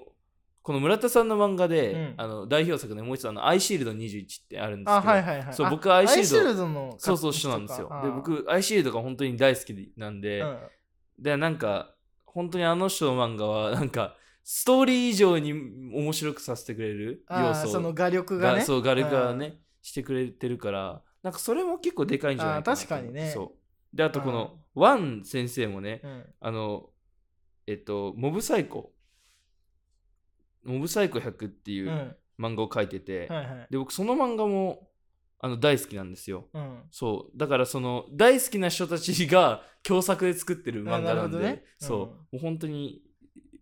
Speaker 2: この村田さんの漫画で、
Speaker 3: うん
Speaker 2: あの代表作でもう一つあの「アイシールド21」ってあるんですけ
Speaker 3: あ、
Speaker 2: ど、
Speaker 3: はいはいはい。
Speaker 2: そう
Speaker 3: あ
Speaker 2: 僕アイシールド
Speaker 3: の
Speaker 2: そうそう一緒なんですよ
Speaker 3: あ。ー
Speaker 2: で僕アイシールドが本当に大好きなんで、
Speaker 3: うん
Speaker 2: でなんか本当にあの人の漫画はなんかストーリー以上に面白くさせてくれる
Speaker 3: あ
Speaker 2: 要
Speaker 3: ー
Speaker 2: 素
Speaker 3: その画力が
Speaker 2: が
Speaker 3: ね。
Speaker 2: そうガルがね、してくれてるからなんかそれも結構でかいんじゃないかなと思って
Speaker 3: あー確かにね
Speaker 2: そうであとこのワン先生もね、
Speaker 3: うん
Speaker 2: あの、えっと、モブサイコ。モブサイコ100っていううん漫画を描いてて、
Speaker 3: はいはい。
Speaker 2: で、僕その漫画もあの大好きなんですよ。
Speaker 3: うん
Speaker 2: そう。だからその大好きな人たちが 共作で作ってる漫画
Speaker 3: あな
Speaker 2: な
Speaker 3: る
Speaker 2: ん
Speaker 3: ほ
Speaker 2: で、
Speaker 3: どね
Speaker 2: そう
Speaker 3: う。ん
Speaker 2: もう本当に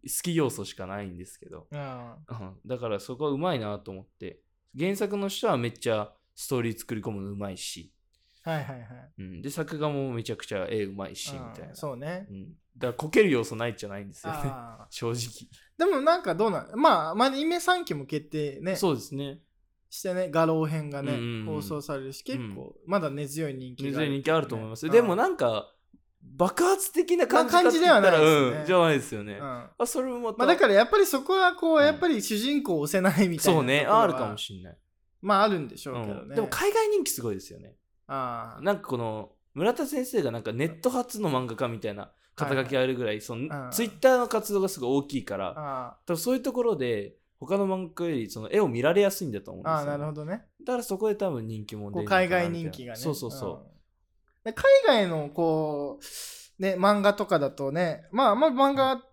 Speaker 2: 好き要素しかないんですけど。
Speaker 3: あ
Speaker 2: うんだからそこはうまいなと思って。原作の人はめっちゃストーリー作り込むのうまいし、
Speaker 3: ーはいはいはい。
Speaker 2: うん、で、作画もめちゃくちゃ絵うまいし、みたい
Speaker 3: あー
Speaker 2: な。
Speaker 3: そうね
Speaker 2: う。ん、だからこける要素ないじゃないんですよね
Speaker 3: あー
Speaker 2: 正直
Speaker 3: でもなんかどうなんまあ、まあ、アニメ3期も決定ね、
Speaker 2: そうですね
Speaker 3: してね、画廊編がね、
Speaker 2: うんうんうん
Speaker 3: 放送されるし、結構、まだ根強い人気
Speaker 2: 全
Speaker 3: があ
Speaker 2: 然
Speaker 3: る。
Speaker 2: 人気あると思います、
Speaker 3: うん
Speaker 2: でもなんか爆発的な感じかって言ったら
Speaker 3: まあ感じではないですね
Speaker 2: うん、じゃないですよね、
Speaker 3: うん
Speaker 2: あ
Speaker 3: ま
Speaker 2: それもまた、
Speaker 3: あ、だからやっぱりそこはこう、
Speaker 2: うん
Speaker 3: やっぱり主人公を押せないみたいな
Speaker 2: そうね
Speaker 3: ところは
Speaker 2: あるかもしれない、
Speaker 3: まああるんでしょうけどね、
Speaker 2: うんでも海外人気すごいですよね
Speaker 3: あ
Speaker 2: なんかこの村田先生がなんかネット初の漫画家みたいな肩書きあるぐらい、そ
Speaker 3: うん
Speaker 2: のツイッターの活動がすごい大きいから、
Speaker 3: ああ
Speaker 2: 多分そういうところで他の漫画家よりその絵を見られやすいんだと思うん
Speaker 3: ー
Speaker 2: ですよ
Speaker 3: あー
Speaker 2: ね、
Speaker 3: なるほどね
Speaker 2: だからそこで多分人気も
Speaker 3: こう
Speaker 2: 出るのか
Speaker 3: 海
Speaker 2: なみたいな
Speaker 3: 外人気がね。
Speaker 2: そうそうそう、
Speaker 3: うんで海外のこう、ね、漫画とかだとね、まああんま漫画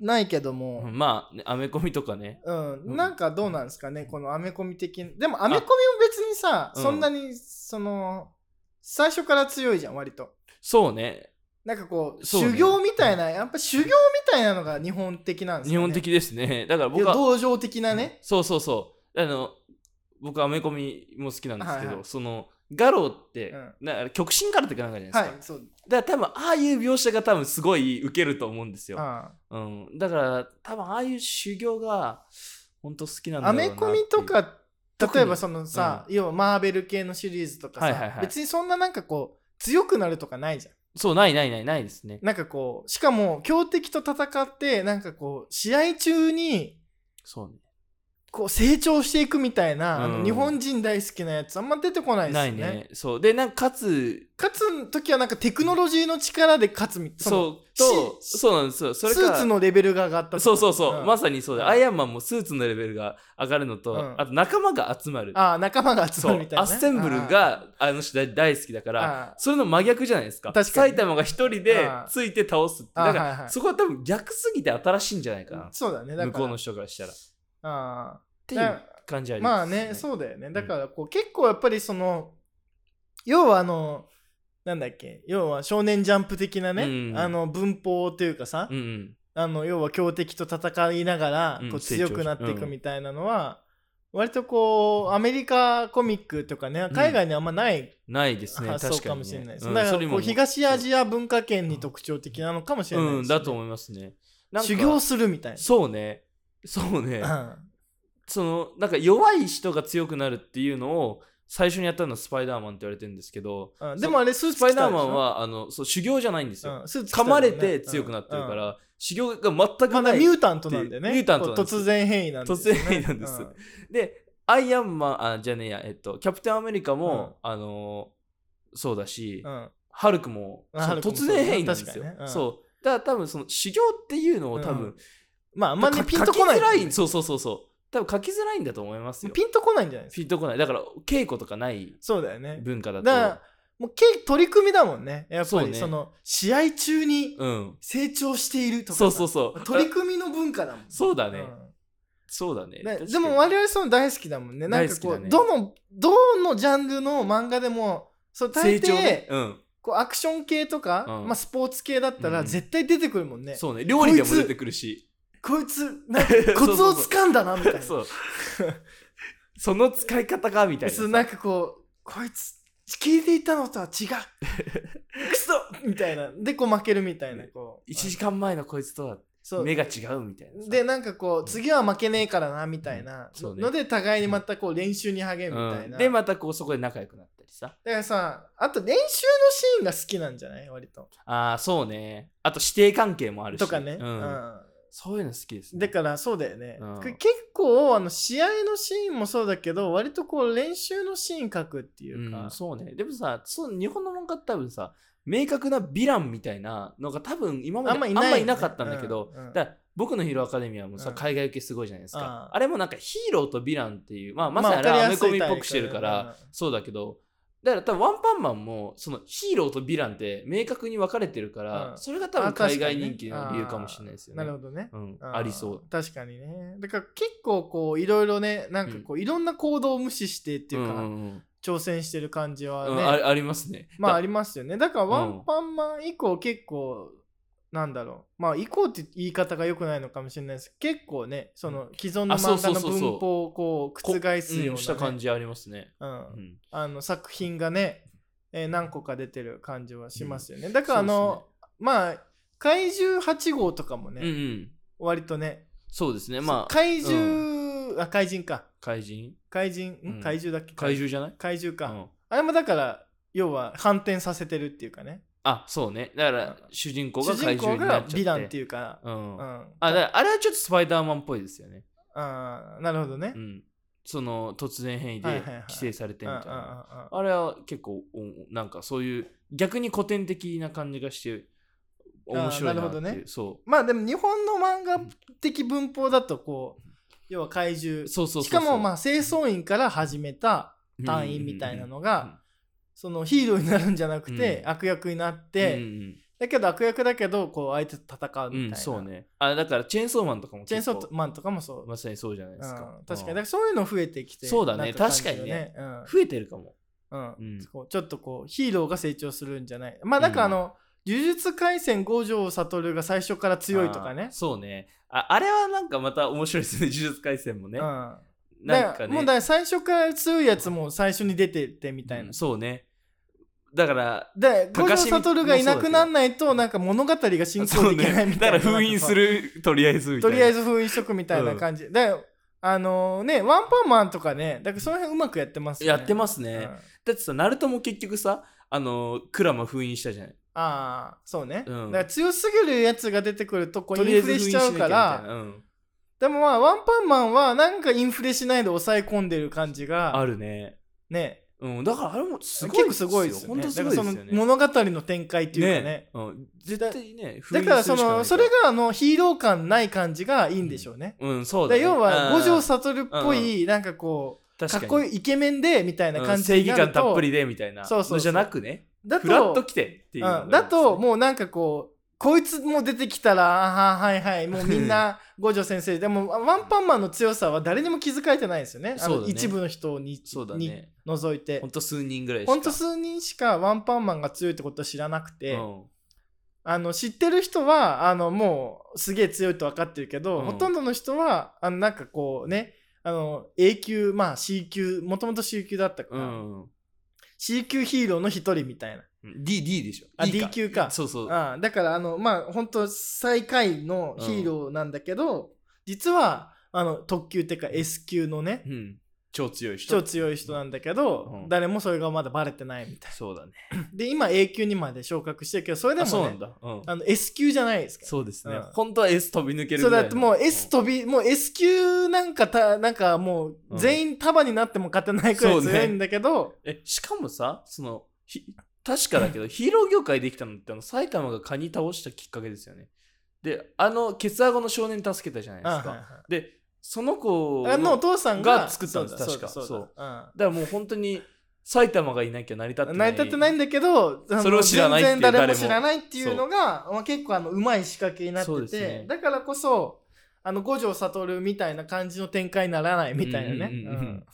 Speaker 3: ないけども、
Speaker 2: うんまあね、アメコミとかね。
Speaker 3: うん
Speaker 2: うん
Speaker 3: なんかどうなんですかね、このアメコミ的に。でもアメコミも別にさ、
Speaker 2: うん
Speaker 3: そんなに、その、最初から強いじゃん、割と。
Speaker 2: そうね。
Speaker 3: なんかこう、
Speaker 2: そうね
Speaker 3: 修行みたいな、やっぱ修行みたいなのが日本的なんです
Speaker 2: 日
Speaker 3: よね。
Speaker 2: 本的ですね。だから
Speaker 3: い
Speaker 2: 僕
Speaker 3: や
Speaker 2: は、
Speaker 3: 道場的なね。
Speaker 2: そうそうそう。あの、僕アメコミも好きなんですけど、
Speaker 3: はいはい
Speaker 2: その、ガロって、
Speaker 3: うん
Speaker 2: な極真空手かなんかじゃない
Speaker 3: は
Speaker 2: で
Speaker 3: い
Speaker 2: すか。、
Speaker 3: そう。
Speaker 2: だから多分、ああいう描写が多分すごい受けると思うんですよ。
Speaker 3: あ
Speaker 2: うん。だから、多分ああいう修行が、本当好きな
Speaker 3: あ
Speaker 2: んだ
Speaker 3: ア
Speaker 2: ろうなってい
Speaker 3: メ
Speaker 2: う。
Speaker 3: コミとか
Speaker 2: 特に
Speaker 3: 例えばそのさ、要はマーベル系のシリーズとかさ、
Speaker 2: はいはいはい
Speaker 3: 別にそんななんかこう強くなるとかないじゃん
Speaker 2: そうないないないないですね
Speaker 3: なんかこうしかも強敵と戦ってなんかこう試合中に
Speaker 2: そうね
Speaker 3: こう成長していくみたいな、あ
Speaker 2: う
Speaker 3: の
Speaker 2: ん
Speaker 3: 日本人大好きなやつあんま出てこないです
Speaker 2: な
Speaker 3: よ
Speaker 2: い
Speaker 3: ね
Speaker 2: ねそうでなんかかつ
Speaker 3: 勝つ時はなんかテクノロジーの力で勝つみたいな
Speaker 2: そうと
Speaker 3: し
Speaker 2: そうなんですよそれ
Speaker 3: ス
Speaker 2: か
Speaker 3: ーツのレベルが上がったと
Speaker 2: そうそうそう、
Speaker 3: ん
Speaker 2: まさにそうだ、
Speaker 3: うん
Speaker 2: アイアンマンもスーツのレベルが上がるのと、
Speaker 3: うん
Speaker 2: あと仲間が集まる
Speaker 3: ああ仲間が集ま
Speaker 2: そ
Speaker 3: る
Speaker 2: う
Speaker 3: みたいな
Speaker 2: ア
Speaker 3: ね、
Speaker 2: ッセンブルがあの人大大好きだか
Speaker 3: あ
Speaker 2: ら
Speaker 3: あああ
Speaker 2: それの真逆じゃないですか
Speaker 3: 確かに
Speaker 2: 埼玉が一人で
Speaker 3: ああ
Speaker 2: ついて倒すって
Speaker 3: ああ
Speaker 2: だから、
Speaker 3: はいはい
Speaker 2: そこは多分逆すぎて新しいんじゃないかな、
Speaker 3: そうだねだから
Speaker 2: 向こうの人からしたらっ
Speaker 3: あ
Speaker 2: ていう感じあ
Speaker 3: あ
Speaker 2: ります
Speaker 3: まあね
Speaker 2: う
Speaker 3: そうだよねだからこう、結構やっぱりその要はあのなんだっけ要は少年ジャンプ的なね、
Speaker 2: うん
Speaker 3: あの文法というかさ、
Speaker 2: うんうん
Speaker 3: あの要は強敵と戦いながら
Speaker 2: うん
Speaker 3: こう
Speaker 2: 成
Speaker 3: 強
Speaker 2: 長し
Speaker 3: くなっていくみたいなのは、割とこうアメリカコミックとかね
Speaker 2: ん
Speaker 3: 海外にあんまない
Speaker 2: ないですね
Speaker 3: 発想
Speaker 2: 確
Speaker 3: か
Speaker 2: か
Speaker 3: も
Speaker 2: に
Speaker 3: しれない
Speaker 2: ね
Speaker 3: です、
Speaker 2: うん
Speaker 3: だ
Speaker 2: そ
Speaker 3: か
Speaker 2: れ
Speaker 3: ら
Speaker 2: も
Speaker 3: こう東アジア文化圏に特徴的なのかもしれないですね
Speaker 2: うんだと思いますねなんか
Speaker 3: 修行するみたい
Speaker 2: そうねそうね、
Speaker 3: な、
Speaker 2: そのなんか弱い人が強くなるっていうのを最初にやったのはスパイダーマンって言われてるんですけど
Speaker 3: うんうんでもあれスーツ
Speaker 2: ス
Speaker 3: 着
Speaker 2: パ
Speaker 3: て
Speaker 2: イ
Speaker 3: た
Speaker 2: ダー
Speaker 3: でし
Speaker 2: マン
Speaker 3: ょ、
Speaker 2: はあのそう修行じゃないんですよ、
Speaker 3: うん、スーツ着てた
Speaker 2: 噛
Speaker 3: も
Speaker 2: ま
Speaker 3: んね
Speaker 2: れて強くなってるか
Speaker 3: うん
Speaker 2: ら、修行が全く
Speaker 3: ま
Speaker 2: な
Speaker 3: だ
Speaker 2: い、
Speaker 3: ミュータントなんでね
Speaker 2: ミュータントなん
Speaker 3: こう
Speaker 2: です
Speaker 3: 突然変異なんですよね
Speaker 2: 突然変異なんですでアイアンマンあじゃねえや、えっと、キャプテンアメリカも、あのーそうだし、
Speaker 3: うんうん
Speaker 2: ハルクも
Speaker 3: あ
Speaker 2: そ
Speaker 3: ハ
Speaker 2: う
Speaker 3: ルクも
Speaker 2: 突然変異なんです
Speaker 3: そう
Speaker 2: よ、
Speaker 3: だね確かにねうん
Speaker 2: そうだから多分その修行っていうのを多分、
Speaker 3: うんまああんまね
Speaker 2: か
Speaker 3: ピンとこない
Speaker 2: 書きづらいそうそうそうそう多分書きづらいんだと思いますよ
Speaker 3: ピンとこないんじゃないですか
Speaker 2: ピンとこないだから稽古とかない
Speaker 3: そうだよね
Speaker 2: 文化だと
Speaker 3: だからもうけ取り組みだもんねやっ
Speaker 2: そ
Speaker 3: ぱ
Speaker 2: うね
Speaker 3: りその試合中に
Speaker 2: うん
Speaker 3: 成長しているとかさ
Speaker 2: そうそうそう
Speaker 3: 取り組みの文化だもん
Speaker 2: そうだね、
Speaker 3: うん
Speaker 2: そうだね
Speaker 3: ね
Speaker 2: 確かに
Speaker 3: でも我々その大好きだもんねなんかこ
Speaker 2: 大好きだ
Speaker 3: う、
Speaker 2: ね
Speaker 3: どのどのジャンルの漫画でもそう大抵、
Speaker 2: 成長ねうん
Speaker 3: こうアクション系とか、
Speaker 2: うん
Speaker 3: まあ、スポーツ系だった
Speaker 2: う
Speaker 3: ら
Speaker 2: ん
Speaker 3: 絶対出てくるもんね、
Speaker 2: そうね料理でも出てくるし
Speaker 3: こいつなんかコツをつかんだなみたいな
Speaker 2: そう。その使い方かみたいな
Speaker 3: そ
Speaker 2: さ。
Speaker 3: うなんかこうこいつ聞いていたのとは違うクソみたい なでこう負けるみたいなこう
Speaker 2: 1時間前のこいつとは
Speaker 3: そう
Speaker 2: 目が違うみたいなさ。
Speaker 3: でなんかこう次は負けねえからなみたいな、
Speaker 2: そうね
Speaker 3: ので互いにまたこう練習に励
Speaker 2: う
Speaker 3: むみたい
Speaker 2: ん、
Speaker 3: な、
Speaker 2: で、またこうそこで仲良くなったりさ。
Speaker 3: だからさあと練習のシーンが好きなんじゃない割と
Speaker 2: ああ、そうね。あと指定関係もあるし。
Speaker 3: とかね、
Speaker 2: う
Speaker 3: うんん
Speaker 2: そういうの好きです、ね。
Speaker 3: だからそうだよね、
Speaker 2: うん
Speaker 3: 結構あの試合のシーンもそうだけど割とこう練習のシーン書くっていうか、
Speaker 2: うん、そうね。でもさ、そう日本の漫画って多分さ、明確なヴィランみたいなのが多分今まであ
Speaker 3: あんまい
Speaker 2: ん
Speaker 3: ないよね
Speaker 2: まいなかったんだけど、
Speaker 3: うんうん
Speaker 2: だから僕のヒーローアカデミアもさ、
Speaker 3: うん
Speaker 2: 海外受けすごいじゃないですか。
Speaker 3: あ
Speaker 2: あれもなんかヒーローとヴィランっていう、まあ、ま
Speaker 3: ま
Speaker 2: さ
Speaker 3: あ
Speaker 2: にあれはアメ
Speaker 3: わか
Speaker 2: コ
Speaker 3: り
Speaker 2: ミ
Speaker 3: やすい
Speaker 2: っぽくしてるから、
Speaker 3: タイプだよね
Speaker 2: そうだけど、だから多分ワンパンマンもそのヒーローとヴィランって明確に分かれてるから、
Speaker 3: うん
Speaker 2: それが多分
Speaker 3: あ確か
Speaker 2: 海
Speaker 3: にね
Speaker 2: 外人気の理由かもしれないですよね。
Speaker 3: なるほどね
Speaker 2: うん、ありそう。
Speaker 3: 確かにねだから結構こういろいろねなんかこう、いろんな行動を無視してっていうか、
Speaker 2: んんん
Speaker 3: 挑戦してる感じはね、
Speaker 2: うんあありますね。
Speaker 3: まああ
Speaker 2: だ
Speaker 3: りますよねだから
Speaker 2: うん
Speaker 3: ワンパンマン以降結構なんだろうまあ以降って言い方が良くないのかもしれないですけど結構ねその既存の
Speaker 2: あそう
Speaker 3: 漫
Speaker 2: そ
Speaker 3: 画
Speaker 2: う
Speaker 3: の
Speaker 2: そうそう
Speaker 3: 文法をこう
Speaker 2: こ
Speaker 3: 覆すようなね、
Speaker 2: んした感じありますね。
Speaker 3: うん
Speaker 2: うん
Speaker 3: あの作品がね、えー何個か出てる感じはしますよね、だからあの、まあ怪獣8号とかもね、
Speaker 2: そうですねうんうん、
Speaker 3: 割とね
Speaker 2: そうですね。まあ、
Speaker 3: 怪獣、あ怪人か
Speaker 2: 怪人
Speaker 3: 怪人、ん
Speaker 2: うん
Speaker 3: 怪獣だっけ
Speaker 2: 怪獣じゃない
Speaker 3: 怪獣か、
Speaker 2: うん
Speaker 3: あれもだから要は反転させてるっていうかね
Speaker 2: あ、そうね。だから、
Speaker 3: う
Speaker 2: 主人公
Speaker 3: 主
Speaker 2: が怪
Speaker 3: 人
Speaker 2: 獣
Speaker 3: 公
Speaker 2: にな
Speaker 3: が
Speaker 2: っちゃって。
Speaker 3: ヴィランって
Speaker 2: いう。
Speaker 3: いうか、
Speaker 2: うん。
Speaker 3: う
Speaker 2: あ、
Speaker 3: ん、
Speaker 2: だからあれはちょっとスパイダーマンっぽいですよね。
Speaker 3: あーなるほどね、
Speaker 2: う
Speaker 3: うん
Speaker 2: ん。その、突然変異
Speaker 3: はい
Speaker 2: で
Speaker 3: はいはい
Speaker 2: 規制されて
Speaker 3: うん
Speaker 2: み
Speaker 3: うんう
Speaker 2: た
Speaker 3: ん
Speaker 2: いな。あれは結構おなんかそういう逆に古典的な感じがして面白いなっていう
Speaker 3: あーなるほどね
Speaker 2: そ
Speaker 3: まあでも日本の漫画的文法だとこう要は怪
Speaker 2: う
Speaker 3: 獣
Speaker 2: そうそうそうそう
Speaker 3: しかもま
Speaker 2: あ
Speaker 3: あ清掃員から始めた隊員みたいなのが、そのヒーローになるんじゃなくて
Speaker 2: うん
Speaker 3: 悪役になっ
Speaker 2: で、
Speaker 3: て、
Speaker 2: うんうん
Speaker 3: だけど悪役だけどこう相手と戦うみ
Speaker 2: う
Speaker 3: たいな、
Speaker 2: ん、そうねあだからチェーンソーマンとかも
Speaker 3: チェーン
Speaker 2: 結
Speaker 3: ソー
Speaker 2: 構
Speaker 3: マンとかもそう、
Speaker 2: まさにそうじゃないですか、
Speaker 3: うん確かにだか
Speaker 2: うん
Speaker 3: らそういうの増えてきて
Speaker 2: そうだね
Speaker 3: なん感じが
Speaker 2: 確かにね
Speaker 3: うん
Speaker 2: 増えてるかも
Speaker 3: うん
Speaker 2: うん
Speaker 3: こうちょっとこうヒーローが成長するんじゃないまあなんかあの、呪術廻戦五条悟が最初から強いとか
Speaker 2: あー
Speaker 3: ね
Speaker 2: そうねああれはなんかまた面白いですね 呪術廻戦もね、
Speaker 3: うん
Speaker 2: なんかね
Speaker 3: もうだから最初から強いやつも最初に出ててみたいな、
Speaker 2: うんそうねだから
Speaker 3: で五
Speaker 2: 高
Speaker 3: 条
Speaker 2: 島
Speaker 3: 悟がいなくなんないとなんか物語が進行
Speaker 2: そう
Speaker 3: できないみ
Speaker 2: ね
Speaker 3: た
Speaker 2: だ
Speaker 3: い
Speaker 2: か
Speaker 3: な
Speaker 2: ら封印するとりあえずみた
Speaker 3: と
Speaker 2: いな
Speaker 3: りあえず封印しとくみたいな感じ、であのねワンパンマンとかねだからその辺うまくやってますよ
Speaker 2: や
Speaker 3: ね
Speaker 2: って
Speaker 3: す
Speaker 2: ますね、だってさ、ナルトも結局さ、あのー、クラマ封印したじゃない。
Speaker 3: ああそうね、
Speaker 2: うん
Speaker 3: だから強すぎるやつが出てくるとこう
Speaker 2: と
Speaker 3: イ
Speaker 2: りあ
Speaker 3: ン
Speaker 2: え
Speaker 3: フ
Speaker 2: ず
Speaker 3: レしちゃうか
Speaker 2: 封印しなきゃみたい
Speaker 3: ら
Speaker 2: なうん
Speaker 3: でもまあワンパンマンはなんかインフレしないで抑え込んでる感じ
Speaker 2: あ
Speaker 3: が
Speaker 2: るね。
Speaker 3: ね
Speaker 2: うん、だからあれもすごい
Speaker 3: 結構すごいですよ
Speaker 2: 本
Speaker 3: ね
Speaker 2: 当す
Speaker 3: だ
Speaker 2: ご
Speaker 3: か
Speaker 2: い
Speaker 3: ら
Speaker 2: です
Speaker 3: その
Speaker 2: よね。
Speaker 3: 物語の展開っていうかね
Speaker 2: うん、絶対ね、封
Speaker 3: だ
Speaker 2: 印
Speaker 3: から
Speaker 2: する
Speaker 3: そ
Speaker 2: しかないから
Speaker 3: のそれ、があのヒーロー感ない感じがいいんでしょうね、
Speaker 2: うん、そうだ、
Speaker 3: だ
Speaker 2: ね。
Speaker 3: 要は
Speaker 2: うん
Speaker 3: 五条悟っぽいなんかこうかっこ
Speaker 2: い
Speaker 3: いいイケメンでみたい
Speaker 2: い
Speaker 3: な感じ
Speaker 2: 正
Speaker 3: に
Speaker 2: 義
Speaker 3: な
Speaker 2: 感
Speaker 3: る
Speaker 2: たっ
Speaker 3: と
Speaker 2: ぷりでみたいな
Speaker 3: そうそうそう
Speaker 2: のじゃなくね、
Speaker 3: だ
Speaker 2: フラッと
Speaker 3: と
Speaker 2: 来てっていうのがいい
Speaker 3: うん
Speaker 2: ですね、
Speaker 3: だともうなんかこうこいつも出てきたらあーはいはいもうみんな五条先生でもワンパンマンの強さは誰にも気づかれてないんですよねあ
Speaker 2: そう
Speaker 3: の
Speaker 2: だね
Speaker 3: 一部の人に
Speaker 2: そうだ
Speaker 3: に
Speaker 2: ね。
Speaker 3: 除いて
Speaker 2: ほんと数人ぐらいしか。
Speaker 3: ほんと数人しかワンパンマンが強いってことを知らなくて、
Speaker 2: うん
Speaker 3: あの知ってる人はあのもうすげえ強いと分かってるけど、
Speaker 2: うん
Speaker 3: ほとんどの人はあのなんかこうねあの A 級まあ C 級もともと C 級だったか
Speaker 2: う
Speaker 3: ら、
Speaker 2: ん。
Speaker 3: C 級ヒーローの一人みたいな
Speaker 2: D、D でしょ。
Speaker 3: あ
Speaker 2: D
Speaker 3: D 級か
Speaker 2: そうそう。
Speaker 3: ああだからあのまあ本当最下位のヒーローなんだけど、実はあの特級っていうか S 級のね、
Speaker 2: うん。超強い人。
Speaker 3: 超強い人なんだけど、
Speaker 2: うん
Speaker 3: 誰もそれがまだバレてないみたい
Speaker 2: そうだね。
Speaker 3: で今 A 級にまで昇格してるけどそれで
Speaker 2: あそう
Speaker 3: も、
Speaker 2: な
Speaker 3: ね
Speaker 2: ん、だ。うん。
Speaker 3: あの S 級じゃないですか
Speaker 2: そうですね。
Speaker 3: うん
Speaker 2: 本当は S 飛び抜ける
Speaker 3: そう
Speaker 2: ぐら
Speaker 3: だ
Speaker 2: い
Speaker 3: っ
Speaker 2: の
Speaker 3: てもう S 飛び、もう S 級なんかたなんかも
Speaker 2: うん
Speaker 3: う全員束になっても勝てないくらい強いんだけど、
Speaker 2: えしかもさそのひ確かだ けどヒーロー業界できたのってあの埼玉がカニ倒したきっかけですよねであのケツアゴの少年助けたじゃない
Speaker 3: あ
Speaker 2: です
Speaker 3: はい
Speaker 2: か
Speaker 3: は
Speaker 2: でその子
Speaker 3: いあのお
Speaker 2: だ
Speaker 3: 父
Speaker 2: か
Speaker 3: さんが
Speaker 2: が作ったんです
Speaker 3: そうだ
Speaker 2: 確か
Speaker 3: そうだ
Speaker 2: そう
Speaker 3: だうん
Speaker 2: らもう本当に埼玉がいなきゃ成り立ってな
Speaker 3: 成
Speaker 2: い
Speaker 3: り立ってないんだけどあの
Speaker 2: それを知らないっていう
Speaker 3: 全然誰
Speaker 2: 誰
Speaker 3: も
Speaker 2: も
Speaker 3: 知らないっていうのがまあ、結構あのうまい仕掛けになっ
Speaker 2: そう
Speaker 3: て
Speaker 2: です
Speaker 3: て、
Speaker 2: ね
Speaker 3: だからこそあの五条悟みたいな感じの展開にならないみたいなね
Speaker 2: うんうんうんうん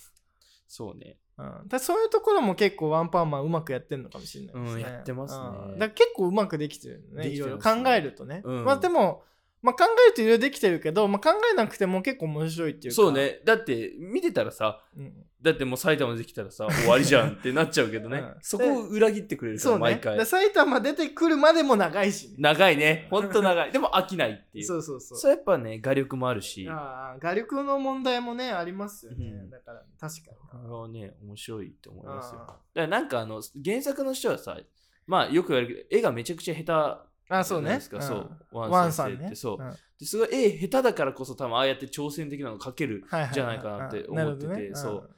Speaker 2: そうね
Speaker 3: うんうんだそういうところも結構ワンパンマンうまくやってるのかもしれないですね、
Speaker 2: うんやってますね
Speaker 3: うんだから結構うまくできてるよね
Speaker 2: でき
Speaker 3: い
Speaker 2: て
Speaker 3: ろ
Speaker 2: ます
Speaker 3: い
Speaker 2: ね
Speaker 3: ろ考えるとね、
Speaker 2: うん
Speaker 3: まあでも、まあ、考えるといろいろできてるけど、まあ、考えなくても結構面白いっていうか
Speaker 2: そう、ねだって見てたらさ
Speaker 3: うん
Speaker 2: だってもう埼玉できたらさ終わりじゃんってなっ ちゃうけどね、
Speaker 3: うん
Speaker 2: そこを裏切ってくれるか
Speaker 3: そ
Speaker 2: ら
Speaker 3: うね
Speaker 2: 毎
Speaker 3: だか
Speaker 2: 回、
Speaker 3: ら埼玉出てくるまでも長いしね、
Speaker 2: 長いねほんと長いでも飽きないっていう
Speaker 3: そうそうそう
Speaker 2: そうやっぱね画力もあるし
Speaker 3: ああ、画力の問題もね、ありますよね。
Speaker 2: うん
Speaker 3: だから、確か
Speaker 2: あ
Speaker 3: に
Speaker 2: れはね、面白いと思い
Speaker 3: な。
Speaker 2: ますよ。だからなんかあの、原作の人はさ、まあよく言われるけど、絵がめちゃくちゃ下
Speaker 3: ああ、
Speaker 2: 手じ
Speaker 3: そ
Speaker 2: ゃ
Speaker 3: う
Speaker 2: ない
Speaker 3: ね
Speaker 2: で。すか、そう。
Speaker 3: うん。
Speaker 2: ワ
Speaker 3: ワ
Speaker 2: ン
Speaker 3: ン
Speaker 2: さ
Speaker 3: さ
Speaker 2: んっ
Speaker 3: ん
Speaker 2: て、
Speaker 3: ね。
Speaker 2: そう。
Speaker 3: ん
Speaker 2: ですごい絵下手だからこそ多分ああやって挑戦的なの描ける。
Speaker 3: はは
Speaker 2: じゃないかなって
Speaker 3: うんる
Speaker 2: 思っ
Speaker 3: ほ
Speaker 2: てて
Speaker 3: どね
Speaker 2: そうん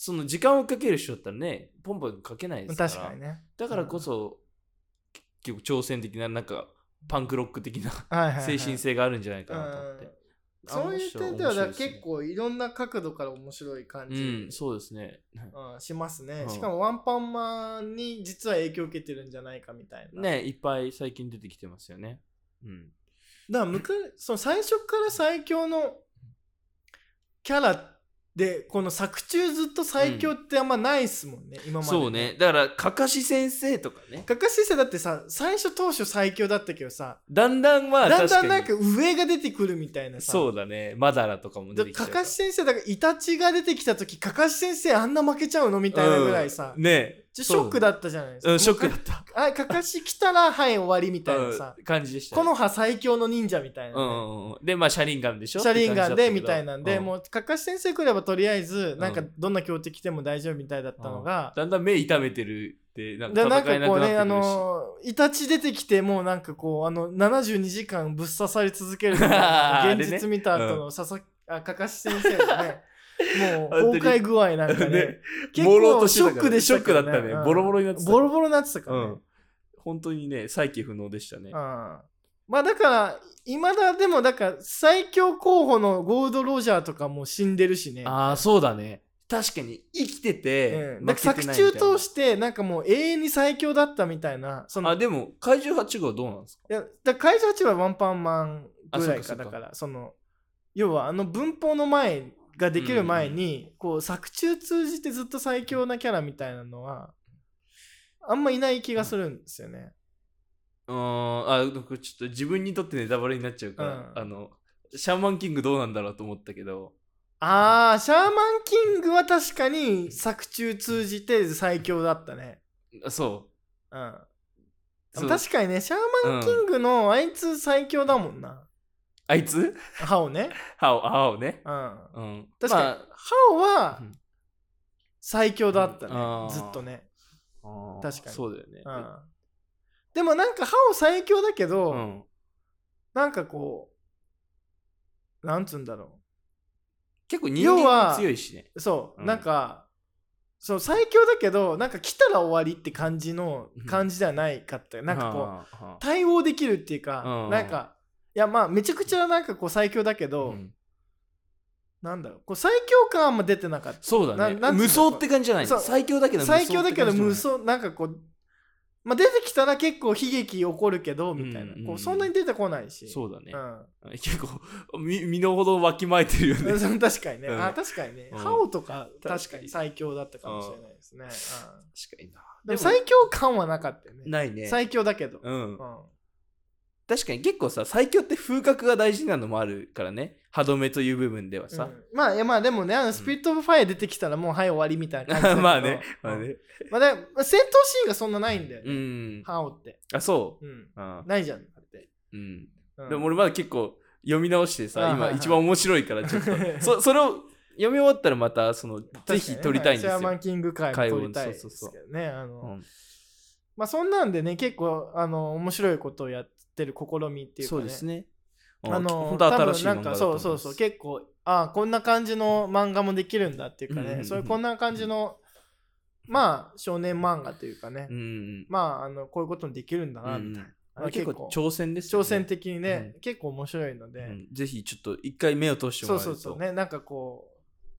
Speaker 2: その時間をかける人だったらね、ポンポン描けないですから。
Speaker 3: 確かにね。
Speaker 2: だからこそ、結局挑戦的な、なんかパンクロック的な
Speaker 3: うん、はいはいはい
Speaker 2: 精神性があるんじゃないかなと思っ
Speaker 3: うん
Speaker 2: て。あ
Speaker 3: そういう点では、だから結。
Speaker 2: 面白い面白い
Speaker 3: 構いろんな角度から面白い感
Speaker 2: で
Speaker 3: じ
Speaker 2: すねうん、そうですね。
Speaker 3: うんしますね
Speaker 2: う。ん
Speaker 3: しかも、ワンパンマンに実は影響を受けてるんじゃないかみたいな。
Speaker 2: ね、いっぱい最近出てきてますよね。うん。
Speaker 3: だから昔その最初から最強のキャラでこの作中ずっと最強ってあんまないっすもんね、今まで
Speaker 2: そうね。だから、かかし先生とかね。
Speaker 3: かかし先生だってさ最初当初最強だったけどさ
Speaker 2: だんだんは
Speaker 3: だん
Speaker 2: 確か
Speaker 3: だ
Speaker 2: に
Speaker 3: んなんか上が出てくるみたいなさ
Speaker 2: そうだねマダラとかも出てきちゃ
Speaker 3: か
Speaker 2: う
Speaker 3: かし先生だからイタチが出てきた時かかし先生あんな負けちゃうのみたいなぐらいさ、
Speaker 2: うんねえ
Speaker 3: ちょショックだったじゃないですか、
Speaker 2: うんショックだった
Speaker 3: もうかあかかし来たらはい終わりみたいなさ、
Speaker 2: うん感じでした
Speaker 3: こ
Speaker 2: ね、
Speaker 3: の葉最強の忍者みたいな
Speaker 2: う
Speaker 3: ね、
Speaker 2: んうんうんでまあシャリンガンでしょ
Speaker 3: シャリンガンでみたいなんで、
Speaker 2: う
Speaker 3: も
Speaker 2: う
Speaker 3: うかかし先生来ればとりあえず
Speaker 2: ん
Speaker 3: なんかどんな強敵来ても大丈夫みたいだったのが、
Speaker 2: だんだん目痛めてるってなんか
Speaker 3: でなん
Speaker 2: 戦
Speaker 3: か
Speaker 2: えな
Speaker 3: こ
Speaker 2: く
Speaker 3: う
Speaker 2: なって
Speaker 3: ねあ
Speaker 2: くるし、
Speaker 3: のイタチ出てきてもうなんかこうあの72時間ぶっ刺され続けるみたいな
Speaker 2: あれね
Speaker 3: 現実見た後の佐々木あかかし先生の ねもう
Speaker 2: 本当に
Speaker 3: 崩壊具合なんかね
Speaker 2: ね
Speaker 3: 結
Speaker 2: 朦朧と
Speaker 3: 構
Speaker 2: し
Speaker 3: ショ
Speaker 2: てた
Speaker 3: ッ
Speaker 2: から
Speaker 3: クでしたけど
Speaker 2: ショックだったねボロボロになってた
Speaker 3: ボロボロになってたからね、
Speaker 2: うん本当にね再起不能でしたね、
Speaker 3: うんまあだからいまだでもだから最強候補のゴールド・ロジャーとかもう死んでるしね
Speaker 2: ああそうだね確かに生きてて、
Speaker 3: うん、なんか作中通してなんかもう永遠に最強だったみたいなその
Speaker 2: あ
Speaker 3: い
Speaker 2: でも怪獣8号どうなんですか
Speaker 3: やだから怪獣八はワンパンマンぐらいか
Speaker 2: あそうかそうか
Speaker 3: だからその要はあの文法の前ができる前に、こう作中通じてずっと最強なキャラみたいなのはあんまいない気がするんですよね、
Speaker 2: うーんあなんかちょっと自分にとってネタバレになっちゃうから、
Speaker 3: うん
Speaker 2: あのシャーマンキングどうなんだろうと思ったけど
Speaker 3: あーシャーマンキングは確かに作中通じて最強だったね
Speaker 2: あそ
Speaker 3: うん
Speaker 2: うそう
Speaker 3: 確かにねシャーマンキ
Speaker 2: うん
Speaker 3: ングのあいつ最強だもんな、
Speaker 2: あいつ
Speaker 3: 歯をね
Speaker 2: ハオハオね
Speaker 3: うん
Speaker 2: うん
Speaker 3: 確かに、ハオは
Speaker 2: うん
Speaker 3: 最強だったね、
Speaker 2: うんあー
Speaker 3: ずっとね、
Speaker 2: まあ
Speaker 3: 確かに
Speaker 2: そうだよね、
Speaker 3: うんでもなんか歯を最強だけど、
Speaker 2: うん、
Speaker 3: なんかこうなんつうんだろ
Speaker 2: 結構人間
Speaker 3: は
Speaker 2: も強いしね
Speaker 3: うそう、
Speaker 2: うん
Speaker 3: なんかそう最強だけどなんか来たら終わりって感じの
Speaker 2: うん
Speaker 3: 感じではないかったよなんかこう、
Speaker 2: う、はあ
Speaker 3: 対応できるっていうか、
Speaker 2: うん
Speaker 3: なんかいやまあめちゃくちゃなんかこう最強だけど、
Speaker 2: うん
Speaker 3: なんだろうこう最強感はあんま出てなかった
Speaker 2: そうだね
Speaker 3: ななんつうの
Speaker 2: 無双って感じじゃない
Speaker 3: そう
Speaker 2: 最強だけど無双っ
Speaker 3: 最
Speaker 2: て感
Speaker 3: 強だ
Speaker 2: じ
Speaker 3: けど無
Speaker 2: も
Speaker 3: 双なんかこう、まあ、出てきたら結構悲劇起こるけどみたいな、
Speaker 2: うんうんうん
Speaker 3: こうそんなに出てこないし
Speaker 2: ないそうだね
Speaker 3: う、
Speaker 2: 結構み身の程わきまえてるよね
Speaker 3: んそう確かにね、
Speaker 2: うん
Speaker 3: あ確かにね、
Speaker 2: うん
Speaker 3: ハオとか
Speaker 2: 確かに
Speaker 3: 確かに最強だったかもしれないですね、うん
Speaker 2: 確かにな
Speaker 3: でも
Speaker 2: でも
Speaker 3: 最強感はなかったよね
Speaker 2: ないね
Speaker 3: 最強だけど、
Speaker 2: うん
Speaker 3: う、ん
Speaker 2: 確かに結構さ最強って風格が大事なのもあるからね歯止めという部分ではさ
Speaker 3: う、んまあいやまあでもねあのスピリット・オブ・ファイア出てきたらもうはい終わりみたいな感じだけど
Speaker 2: まあね
Speaker 3: うん
Speaker 2: まあね
Speaker 3: まあ、だから戦闘シーンがそんなないんだよ
Speaker 2: う
Speaker 3: ね、
Speaker 2: ん
Speaker 3: ハオって、
Speaker 2: あそう
Speaker 3: うん、
Speaker 2: あ
Speaker 3: ないじゃんだって、
Speaker 2: うん
Speaker 3: うん
Speaker 2: でも俺まだ結構読み直して
Speaker 3: あ
Speaker 2: さ
Speaker 3: は
Speaker 2: 今
Speaker 3: いはい
Speaker 2: 一番面白いからちょっと そそれを読み終わったらまたそのぜひ撮りたいん
Speaker 3: シ
Speaker 2: です
Speaker 3: ェアマ
Speaker 2: よ
Speaker 3: ンキング会も撮りたいですけどね。あ
Speaker 2: う
Speaker 3: の
Speaker 2: ん
Speaker 3: まあそんなんでね、結構あの面白いことをやってる試みっていうか
Speaker 2: そ
Speaker 3: ね。
Speaker 2: うです
Speaker 3: ね。
Speaker 2: ねうん
Speaker 3: あの
Speaker 2: 本当新しい
Speaker 3: 多分な
Speaker 2: 漫
Speaker 3: ん
Speaker 2: 画
Speaker 3: か
Speaker 2: だ
Speaker 3: そうそうそう、結構、ああ、こんな感じの漫画もできるんだっていうか
Speaker 2: うんうんう
Speaker 3: ね、
Speaker 2: ん
Speaker 3: そういうこんな感じの、まあ少年漫画というかね
Speaker 2: 構う、ん
Speaker 3: まああのこういうこともできるんだ
Speaker 2: うんう
Speaker 3: なみたい
Speaker 2: ん
Speaker 3: な。
Speaker 2: あれ結構挑戦ですよ
Speaker 3: 挑
Speaker 2: ね
Speaker 3: 戦的にね、
Speaker 2: う
Speaker 3: 結構面白いので、
Speaker 2: うんぜひちょっと一回目を通しても
Speaker 3: そ
Speaker 2: ら
Speaker 3: う
Speaker 2: える
Speaker 3: そ
Speaker 2: と
Speaker 3: うそうねなんかこ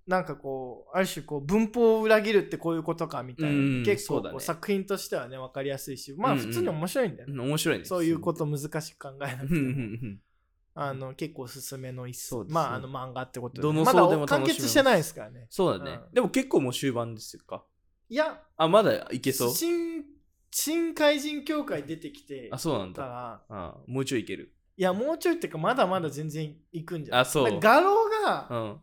Speaker 3: うなんかこうある種こう文法を裏切るってこういうことかみたいな、
Speaker 2: うん
Speaker 3: 結構
Speaker 2: そうだ
Speaker 3: こう
Speaker 2: ね
Speaker 3: 作品としてはね分かりやすいしまあ
Speaker 2: うんうん
Speaker 3: 普通に面白いんだよね、
Speaker 2: うん面白いね
Speaker 3: そういうこと難しく考えなく
Speaker 2: うん
Speaker 3: て
Speaker 2: う
Speaker 3: も
Speaker 2: んうん
Speaker 3: あの結構おすすめの一
Speaker 2: そう
Speaker 3: 冊、
Speaker 2: ですね
Speaker 3: まああの漫画ってことで
Speaker 2: どの
Speaker 3: ま
Speaker 2: 層
Speaker 3: だ
Speaker 2: でも楽しめ
Speaker 3: 完
Speaker 2: ます
Speaker 3: 結してないですからね
Speaker 2: そうだね
Speaker 3: うん
Speaker 2: でも結構もう終盤ですよか
Speaker 3: いや
Speaker 2: あまだいけそう
Speaker 3: 新新怪人協会出てきて
Speaker 2: あそうなん
Speaker 3: た
Speaker 2: だ
Speaker 3: ら
Speaker 2: あもうちょいいける
Speaker 3: いやもうちょいっていうかまだまだ全然いくんじゃない
Speaker 2: あそう
Speaker 3: だから画廊が、
Speaker 2: うん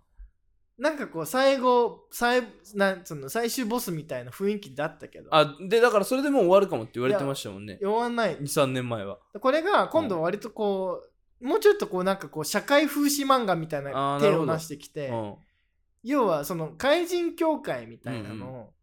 Speaker 3: なんかこう最後最なんその最終ボスみたいな雰囲気だったけど
Speaker 2: あでだからそれでもう終わるかもって言われてましたもんね
Speaker 3: 弱わない
Speaker 2: 23年前は
Speaker 3: これが今度割とこう、もうちょっとこうなんかこう社会風刺漫画みたいな
Speaker 2: あー
Speaker 3: 手
Speaker 2: なる
Speaker 3: を
Speaker 2: ほど
Speaker 3: 出してき
Speaker 2: う
Speaker 3: て、
Speaker 2: ん
Speaker 3: 要はその怪人協会みたいなのを、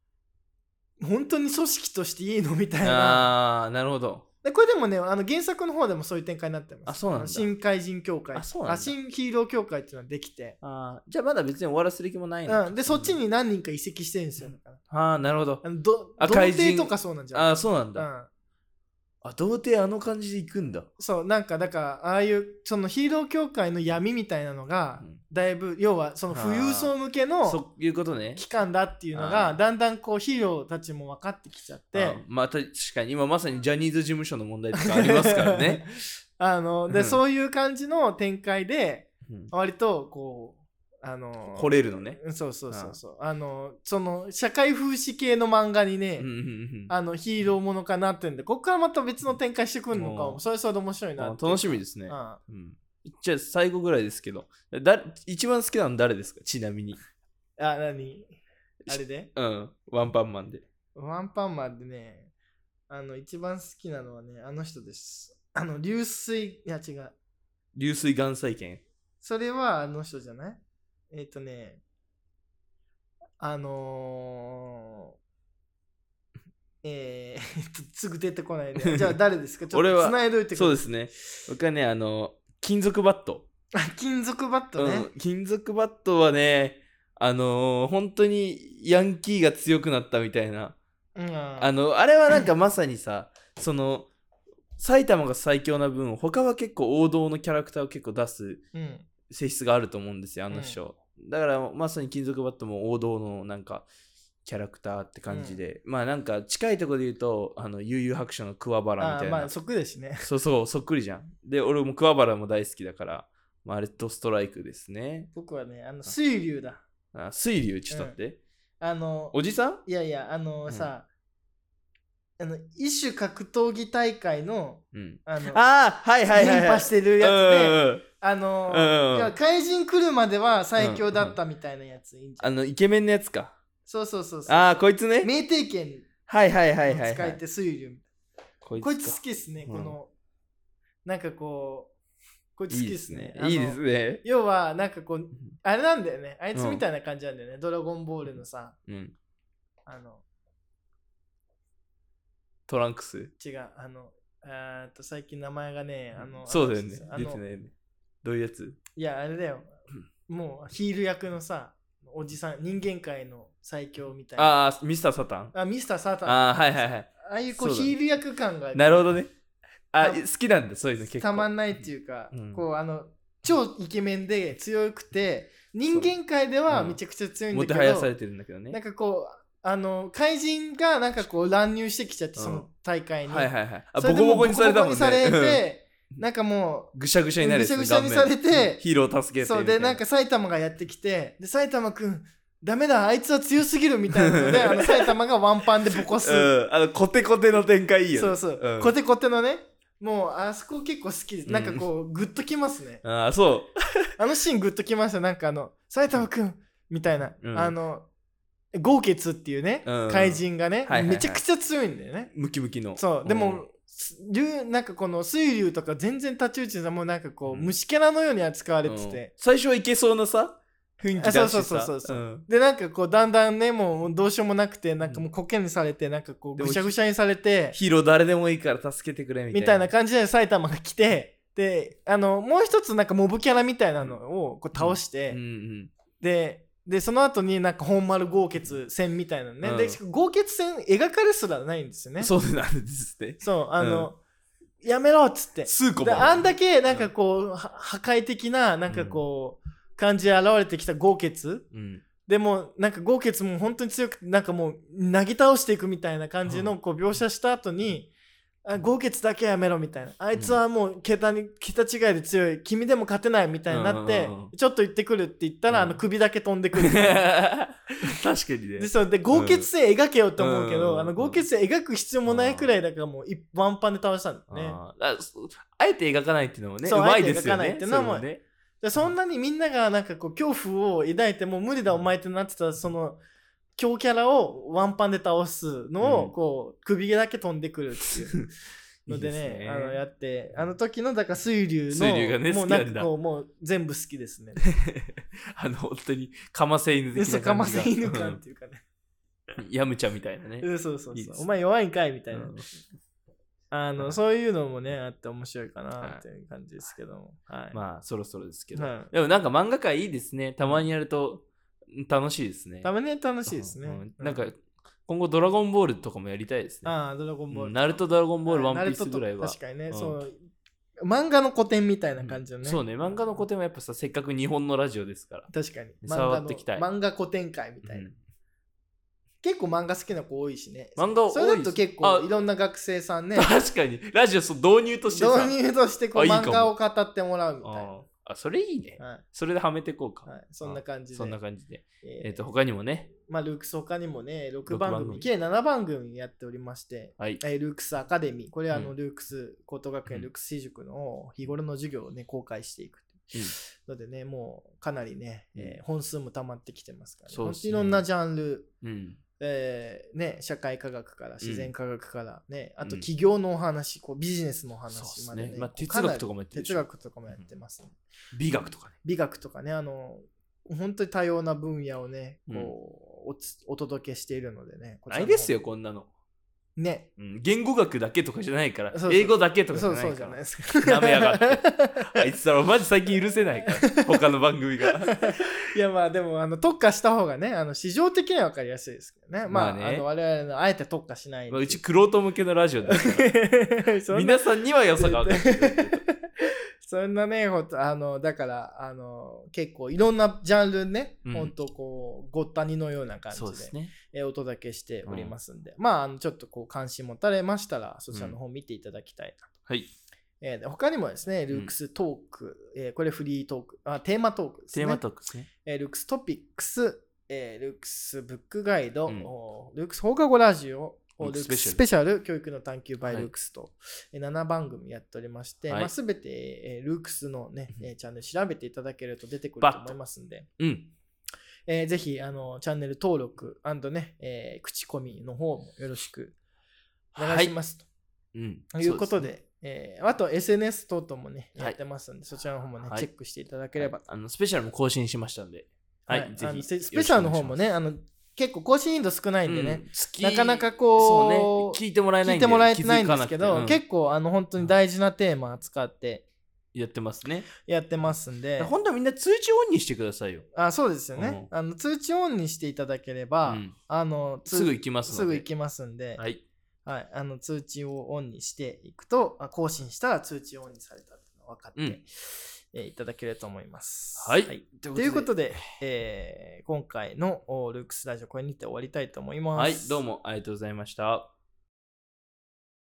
Speaker 3: 本当に組織としていいのみたいな
Speaker 2: ああなるほど
Speaker 3: でこれでもねあの原作の方でもそういう展開になってます
Speaker 2: あそうなんだ
Speaker 3: の新怪人協会
Speaker 2: あそうなんだ
Speaker 3: 新ヒーロー協会っていうのができて、
Speaker 2: あーじゃあまだ別に終わらせる気もないな
Speaker 3: うん、でそっちに何人か移籍してるんですよ、だから
Speaker 2: ああなるほど
Speaker 3: あのど
Speaker 2: あ
Speaker 3: 童
Speaker 2: 怪人
Speaker 3: 貞とかそうなんじゃない
Speaker 2: ああそうなんだ
Speaker 3: うん
Speaker 2: あ童貞あの感じで行くんだ
Speaker 3: そうなんかだからああいうそのヒーロー協会の闇みたいなのが
Speaker 2: うん
Speaker 3: だいぶ要はその富裕層向けの
Speaker 2: そういうことね
Speaker 3: 機関だっていうの
Speaker 2: あ
Speaker 3: が
Speaker 2: ー
Speaker 3: だんだんこうヒーローたちも分かってきちゃっ
Speaker 2: あ
Speaker 3: て
Speaker 2: まあ確かに今まさにジャニーズ事務所の問題とかありますから ね
Speaker 3: あので
Speaker 2: うん
Speaker 3: そういう感じの展開で
Speaker 2: うん
Speaker 3: 割とこうあの
Speaker 2: 来れるのね
Speaker 3: うんそうそうそうそうあのその社会風刺系の漫画にね
Speaker 2: うんうん
Speaker 3: あのヒーローものかなってんでここからまた別の展開してくるのか
Speaker 2: う
Speaker 3: も
Speaker 2: ん
Speaker 3: それはそれで面白い
Speaker 2: うん
Speaker 3: な
Speaker 2: あ
Speaker 3: って
Speaker 2: 楽しみですね
Speaker 3: うん
Speaker 2: うんじゃあ最後ぐらいですけどだ一番好きなの誰ですかちなみに
Speaker 3: あ何あれで
Speaker 2: うんワンパンマンで
Speaker 3: ワンパンマンでね、あの、一番好きなのはね、あの人です。あの、流水、いや違う。
Speaker 2: 流水岩彩剣
Speaker 3: それはあの人じゃないえっ、とね、あのー、えー、 えっとすぐ出てこない ね。じゃあ誰ですかちょっ
Speaker 2: 俺
Speaker 3: と
Speaker 2: は
Speaker 3: 繋いどいてく
Speaker 2: そう
Speaker 3: れ
Speaker 2: ですね僕はねあの金属バット
Speaker 3: あ金属バットね。
Speaker 2: うん、金属バットはねあのー本当にヤンキーが強くなったみたいな
Speaker 3: うん。
Speaker 2: あのあれはなんかまさにさその埼玉が最強な分他は結構王道のキャラクターを結構出す
Speaker 3: うん。
Speaker 2: 性質があると思うんですよあの人、だからまさに金属バットも王道のなんかキャラクターって感じで、まあなんか近いところで言うとあの悠々白書の桑原み
Speaker 3: あ
Speaker 2: た
Speaker 3: ー
Speaker 2: いな
Speaker 3: まあ、即ですね。
Speaker 2: そうそう、そっくりじゃん。で、俺も桑原も大好きだから、まあ、レッドストライクですね。
Speaker 3: 僕はね、あの、水流だ。
Speaker 2: あ水流、ちょっと待って。
Speaker 3: あの、
Speaker 2: おじさん
Speaker 3: いやいや、あの
Speaker 2: うん
Speaker 3: さ、あの、一種格闘技大会の、
Speaker 2: うん。
Speaker 3: あの、
Speaker 2: ああ、はいはいはい、はい。
Speaker 3: 連覇してるやつで、あ
Speaker 2: う
Speaker 3: の
Speaker 2: んうんうんうん
Speaker 3: いや怪人来るまでは最強だったみたいなやつ、いいんじゃん
Speaker 2: あの、イケメンのやつか。
Speaker 3: そうそうそうそう。
Speaker 2: ああ、こいつね。
Speaker 3: 名帝剣
Speaker 2: はいはいはいは
Speaker 3: の
Speaker 2: い、
Speaker 3: 使
Speaker 2: はいい。
Speaker 3: 手水流、
Speaker 2: こい
Speaker 3: こいつ
Speaker 2: つか
Speaker 3: 好きですね、
Speaker 2: う
Speaker 3: こ
Speaker 2: ん
Speaker 3: の、なんかこう、こいつ
Speaker 2: い
Speaker 3: 好
Speaker 2: い
Speaker 3: き
Speaker 2: で
Speaker 3: ですすね
Speaker 2: ね。。
Speaker 3: あの
Speaker 2: いいですね。
Speaker 3: 要は、なんかこう、あれなんだよね。あいつみたいな感じなんだよね。ドラゴンボールのさ、
Speaker 2: うん。
Speaker 3: あの、
Speaker 2: トランクス。
Speaker 3: 違う、あの、えーっと、最近名前がね、あの、
Speaker 2: そうだよね
Speaker 3: あ。
Speaker 2: 出てな
Speaker 3: の
Speaker 2: いよね。どういうやつ
Speaker 3: いや、あれだよ。もう、ヒール役のさ、おじさん、人間界の最強みたいな。
Speaker 2: ああ、ミスターサタン。
Speaker 3: あ、ミスターサータン。あ
Speaker 2: ああ、はいはいはい。
Speaker 3: あいうこう
Speaker 2: そうだね
Speaker 3: ヒール役感が
Speaker 2: なるほどね。あ、
Speaker 3: た
Speaker 2: 好きなんだ、そういうの結構。
Speaker 3: たまんないっていうか、
Speaker 2: うん
Speaker 3: こう、あの、超イケメンで強くて、人間界ではめちゃくちゃ強いん
Speaker 2: も
Speaker 3: だ
Speaker 2: て
Speaker 3: け
Speaker 2: はやさ
Speaker 3: ど、
Speaker 2: れてるんだけどね。
Speaker 3: なんかこう、あの、怪人がなんかこう乱入してきちゃって、
Speaker 2: うん
Speaker 3: その大会に。
Speaker 2: はいはいはい。あ、
Speaker 3: そ
Speaker 2: ボ
Speaker 3: れで
Speaker 2: コボコにされたもんね。
Speaker 3: ボコボコにされ
Speaker 2: うん
Speaker 3: て、なんかも
Speaker 2: ぐしゃぐしゃになるやつね
Speaker 3: ぐしゃぐしゃに
Speaker 2: 顔面
Speaker 3: されて
Speaker 2: ヒーローを助け
Speaker 3: う、
Speaker 2: て。
Speaker 3: そうで、なんか、埼玉がやってきて、で、埼玉くん、ダメだ、あいつは強すぎるみたいなの で、あの埼玉がワンパンでボコす。
Speaker 2: うん、あの、コテコテの展開いいよね。
Speaker 3: そうそう、
Speaker 2: うん
Speaker 3: コテコテのね、もうあそこ結構好きです。なんかこう、グッときますね。
Speaker 2: ああ、そ
Speaker 3: あのシーングッときました。なんかあの、埼玉くんみたいな、
Speaker 2: うん
Speaker 3: あの、豪傑っていうね、
Speaker 2: うん
Speaker 3: 怪人がね、
Speaker 2: はいはいはい
Speaker 3: めちゃくちゃ強いんだよね。
Speaker 2: う。ムキムキの。
Speaker 3: そう、で
Speaker 2: ん
Speaker 3: も、す竜なんかこの水流とか全然太刀打ちさもうなんかこう、
Speaker 2: うん
Speaker 3: 虫けらのように扱われ
Speaker 2: う
Speaker 3: て
Speaker 2: ん
Speaker 3: て、
Speaker 2: 最初はいけそうなさ、雰囲気だしさ。
Speaker 3: あそうそうそうそうそうんでなんかこうだんだんねもうどうしようもなくてなんかもうコケにされてなんかこう
Speaker 2: でも
Speaker 3: ぐしゃぐしゃにされて
Speaker 2: ヒーロー誰でもいいから助けてくれみ
Speaker 3: み
Speaker 2: た
Speaker 3: た
Speaker 2: い
Speaker 3: い
Speaker 2: な。
Speaker 3: な感じで埼玉が来てであのもう一つなんかモブキャラみたいなのをこう倒して、
Speaker 2: うんうん。
Speaker 3: ででその後になんか本丸豪傑戦みたいなのね、
Speaker 2: うん
Speaker 3: で豪傑戦描かれすらないんですよねそう
Speaker 2: そうなんですね。
Speaker 3: あの、やめろっつって
Speaker 2: 数個も
Speaker 3: で
Speaker 2: る。
Speaker 3: あんだけなんかこう、は破壊的ななんかこう、感じで現れてきた豪傑
Speaker 2: うん。
Speaker 3: でもなんか豪傑も本当に強くてなんかもうなぎ倒していくみたいな感じ
Speaker 2: う
Speaker 3: のこう描写した後に、あ豪傑だけはやめろみたいなあいつはもう桁に桁違いで強い君でも勝てないみたいになって、
Speaker 2: うんうんうん
Speaker 3: ちょっと行ってくるって言ったら、
Speaker 2: うん
Speaker 3: あの首だけ飛んで くる
Speaker 2: 確かにね
Speaker 3: で。そうで豪傑性描けよって思うけど、
Speaker 2: うん
Speaker 3: あの豪傑性描く必要もないくらいだからもう一ワンパンで倒したんだよね。
Speaker 2: あーあそうあえて描かないっていうのもね、う
Speaker 3: そう
Speaker 2: まいですよ
Speaker 3: あえて描かない
Speaker 2: ね
Speaker 3: っ。ていうのはもう
Speaker 2: それね
Speaker 3: でそんなにみんながなんかこう恐怖を抱いてもう無理だお前ってなってたその強キャラをワンパンで倒すの
Speaker 2: う
Speaker 3: を
Speaker 2: ん
Speaker 3: こう首だけ飛んでくるって いうので
Speaker 2: いい
Speaker 3: ね
Speaker 2: す
Speaker 3: あのやってあの時のだから水流の
Speaker 2: 水流がね
Speaker 3: もうな
Speaker 2: 好き
Speaker 3: んか
Speaker 2: なん
Speaker 3: こうもう全部好きです ね。
Speaker 2: あの、本当に、かませ犬
Speaker 3: で
Speaker 2: 的な感じ
Speaker 3: そ
Speaker 2: が。
Speaker 3: うかませ犬感っていうかね。
Speaker 2: うん。ヤムちゃんみたいなね。
Speaker 3: うんそうそう
Speaker 2: いい
Speaker 3: そ
Speaker 2: で
Speaker 3: う
Speaker 2: す
Speaker 3: お前弱いんかいみたいな。
Speaker 2: うん
Speaker 3: あ
Speaker 2: は
Speaker 3: の
Speaker 2: い
Speaker 3: そういうのもねあって面白いか
Speaker 2: はい
Speaker 3: なっていう感じですけども。はい。
Speaker 2: まあ、そろそろですけど。
Speaker 3: はい
Speaker 2: でもなんか漫画界いいですね。たまにやるとうん楽しいですね。
Speaker 3: た
Speaker 2: し
Speaker 3: まに楽しいですね。
Speaker 2: なんか、今後ドラゴンボールとかもやりたいですね。
Speaker 3: ああドラゴンボー
Speaker 2: う
Speaker 3: ル
Speaker 2: ん
Speaker 3: とか。
Speaker 2: ナルト、ドラゴンボール、
Speaker 3: はい
Speaker 2: ワンピースぐらい
Speaker 3: ナ
Speaker 2: は
Speaker 3: ルトと。確かにね、
Speaker 2: うん
Speaker 3: そう漫画の古典みたいな感じのね、
Speaker 2: そうね、漫画の古典はやっぱさ、せっかく日本のラジオですから。
Speaker 3: 確かに漫画の
Speaker 2: 触ってきたい
Speaker 3: 漫画古典会みたいな、
Speaker 2: うん
Speaker 3: 結構漫画好きな子多いしね
Speaker 2: 漫画多い
Speaker 3: それだと結
Speaker 2: あ
Speaker 3: 構いろんな学生さ んね
Speaker 2: 確かに、ラジオそう導入として
Speaker 3: 導
Speaker 2: さ。
Speaker 3: 入としてこう
Speaker 2: あいいかも
Speaker 3: 漫画を語ってもらうみたいな
Speaker 2: あーあ、それいいね。
Speaker 3: は
Speaker 2: それではめてこうか
Speaker 3: い、。はい、そんな感じで
Speaker 2: そんな感じで。え
Speaker 3: え
Speaker 2: っ
Speaker 3: ー
Speaker 2: と、他にもね。
Speaker 3: まあ、ルークス他にもね6
Speaker 2: 六番
Speaker 3: 番組
Speaker 2: 組
Speaker 3: 計7番組やっておりまして、
Speaker 2: はい。
Speaker 3: えールークスアカデミーこれはあ
Speaker 2: う
Speaker 3: のルークス高等学
Speaker 2: う
Speaker 3: 園
Speaker 2: ん
Speaker 3: ルークス私塾の日頃の授業をね公開していくっていうのでねもうかなりね、えー本数も溜まってきてますから、ね
Speaker 2: そう
Speaker 3: 本
Speaker 2: で
Speaker 3: 当
Speaker 2: す
Speaker 3: に
Speaker 2: ね
Speaker 3: いろんなジャンル、
Speaker 2: うん。
Speaker 3: えーね、社会科学から自然科学からね、あと
Speaker 2: うん
Speaker 3: 企業のお話こうビジネスのお
Speaker 2: そうっ
Speaker 3: 話
Speaker 2: す
Speaker 3: ま
Speaker 2: ね
Speaker 3: で、ね
Speaker 2: まあ
Speaker 3: こう
Speaker 2: 哲
Speaker 3: かなり
Speaker 2: 学とかもやってるでしょ
Speaker 3: 哲学とかもやってますね、
Speaker 2: 美学とかね。
Speaker 3: 美学とかねあの本当に多様な分野をね
Speaker 2: うん
Speaker 3: こうおつお届けしているのでねこちら
Speaker 2: な
Speaker 3: の
Speaker 2: い
Speaker 3: 方
Speaker 2: ですよ、こんなの。
Speaker 3: ね
Speaker 2: うん言語学だけとかじゃないから
Speaker 3: そうそ、う
Speaker 2: 英語だけとかじゃ
Speaker 3: そう
Speaker 2: な
Speaker 3: そ
Speaker 2: いう
Speaker 3: じ
Speaker 2: か
Speaker 3: ゃない
Speaker 2: ら
Speaker 3: で。すか
Speaker 2: 舐めやがってあいつらはマジ最近許せな いから、他の番組が。
Speaker 3: いやまあでもあの特化した方がねあの市場的には分かりやすいですけどねまあ
Speaker 2: まあね
Speaker 3: あの我々のあえて特化しない
Speaker 2: まあうちクロート向けのラジオだから
Speaker 3: そんな
Speaker 2: 皆さんには良さが分かって る。
Speaker 3: そんなねほんとあのだからあの結構いろんなジャンルね、
Speaker 2: うん
Speaker 3: ほんとこうごったにのような感じ
Speaker 2: そう
Speaker 3: で
Speaker 2: ですね。
Speaker 3: えーお届けしておりますんで、まああのちょっとこう関心持たれましたらそちらの方見ていただきたいなと、
Speaker 2: はい。
Speaker 3: えーで他にもですねルークストーク、えーこれフリートークあテーマトークです
Speaker 2: テ
Speaker 3: ね
Speaker 2: ーマトークですね。
Speaker 3: えールックストピックス、えールックスブックガイド、
Speaker 2: うん
Speaker 3: おールックス放課後ラジオ、おー
Speaker 2: ル
Speaker 3: ル
Speaker 2: ッ
Speaker 3: ッ
Speaker 2: ク
Speaker 3: ク
Speaker 2: ス
Speaker 3: ス
Speaker 2: ス
Speaker 3: ス
Speaker 2: ペ
Speaker 3: ペシャル、教育の探求 by
Speaker 2: はい
Speaker 3: ルックスと、えー7番組やっておりまして、
Speaker 2: はい
Speaker 3: まあ、全て、えールックスのね、えーチャンネル調べていただけると出てく
Speaker 2: バ
Speaker 3: ると
Speaker 2: ッと
Speaker 3: 思いますんで、
Speaker 2: うん。
Speaker 3: えーぜひあのチャンネル登録ね、えー口コミの方もよろしくお願いしますと。
Speaker 2: うん。
Speaker 3: ということで
Speaker 2: そ
Speaker 3: えーあと SNS 等々もね、
Speaker 2: はい
Speaker 3: やってますんで、そちらの方もね、
Speaker 2: はい
Speaker 3: チェックしていただ
Speaker 2: う
Speaker 3: け
Speaker 2: で
Speaker 3: れ
Speaker 2: すね
Speaker 3: ば
Speaker 2: あのスペシャルも更新しましたんで。はい。
Speaker 3: あ
Speaker 2: ぜ
Speaker 3: の
Speaker 2: ひ。
Speaker 3: スペシャルの方も
Speaker 2: ね。
Speaker 3: ね、あの結構更新頻度少ないんでね、
Speaker 2: うん月
Speaker 3: なかなか
Speaker 2: そうね
Speaker 3: こう
Speaker 2: 聞いてもらえ
Speaker 3: 聞
Speaker 2: ない
Speaker 3: い
Speaker 2: ん
Speaker 3: て
Speaker 2: だ
Speaker 3: も
Speaker 2: よね
Speaker 3: らえてないんですけ
Speaker 2: 気づか
Speaker 3: ど
Speaker 2: なくてうん
Speaker 3: 結構あの本当に大事なテーマ扱って
Speaker 2: やってますね
Speaker 3: やってますんで
Speaker 2: 本当はみんな通知オンにしてくださいよ、
Speaker 3: あそうですよね、あの通知オンにしていただければ、
Speaker 2: うん
Speaker 3: あのつ
Speaker 2: すぐ行きますのです
Speaker 3: ぐ行きますんで、はい
Speaker 2: はい
Speaker 3: あの通知をオンにしていくとあ更新したら通知オンにされたっていうのが分かって、
Speaker 2: うん
Speaker 3: えーいただけると思います。
Speaker 2: はい、と
Speaker 3: ということで、えー今回のおルークスラジオこれにて終わりたいと思います。
Speaker 2: はいどうもありがとうございました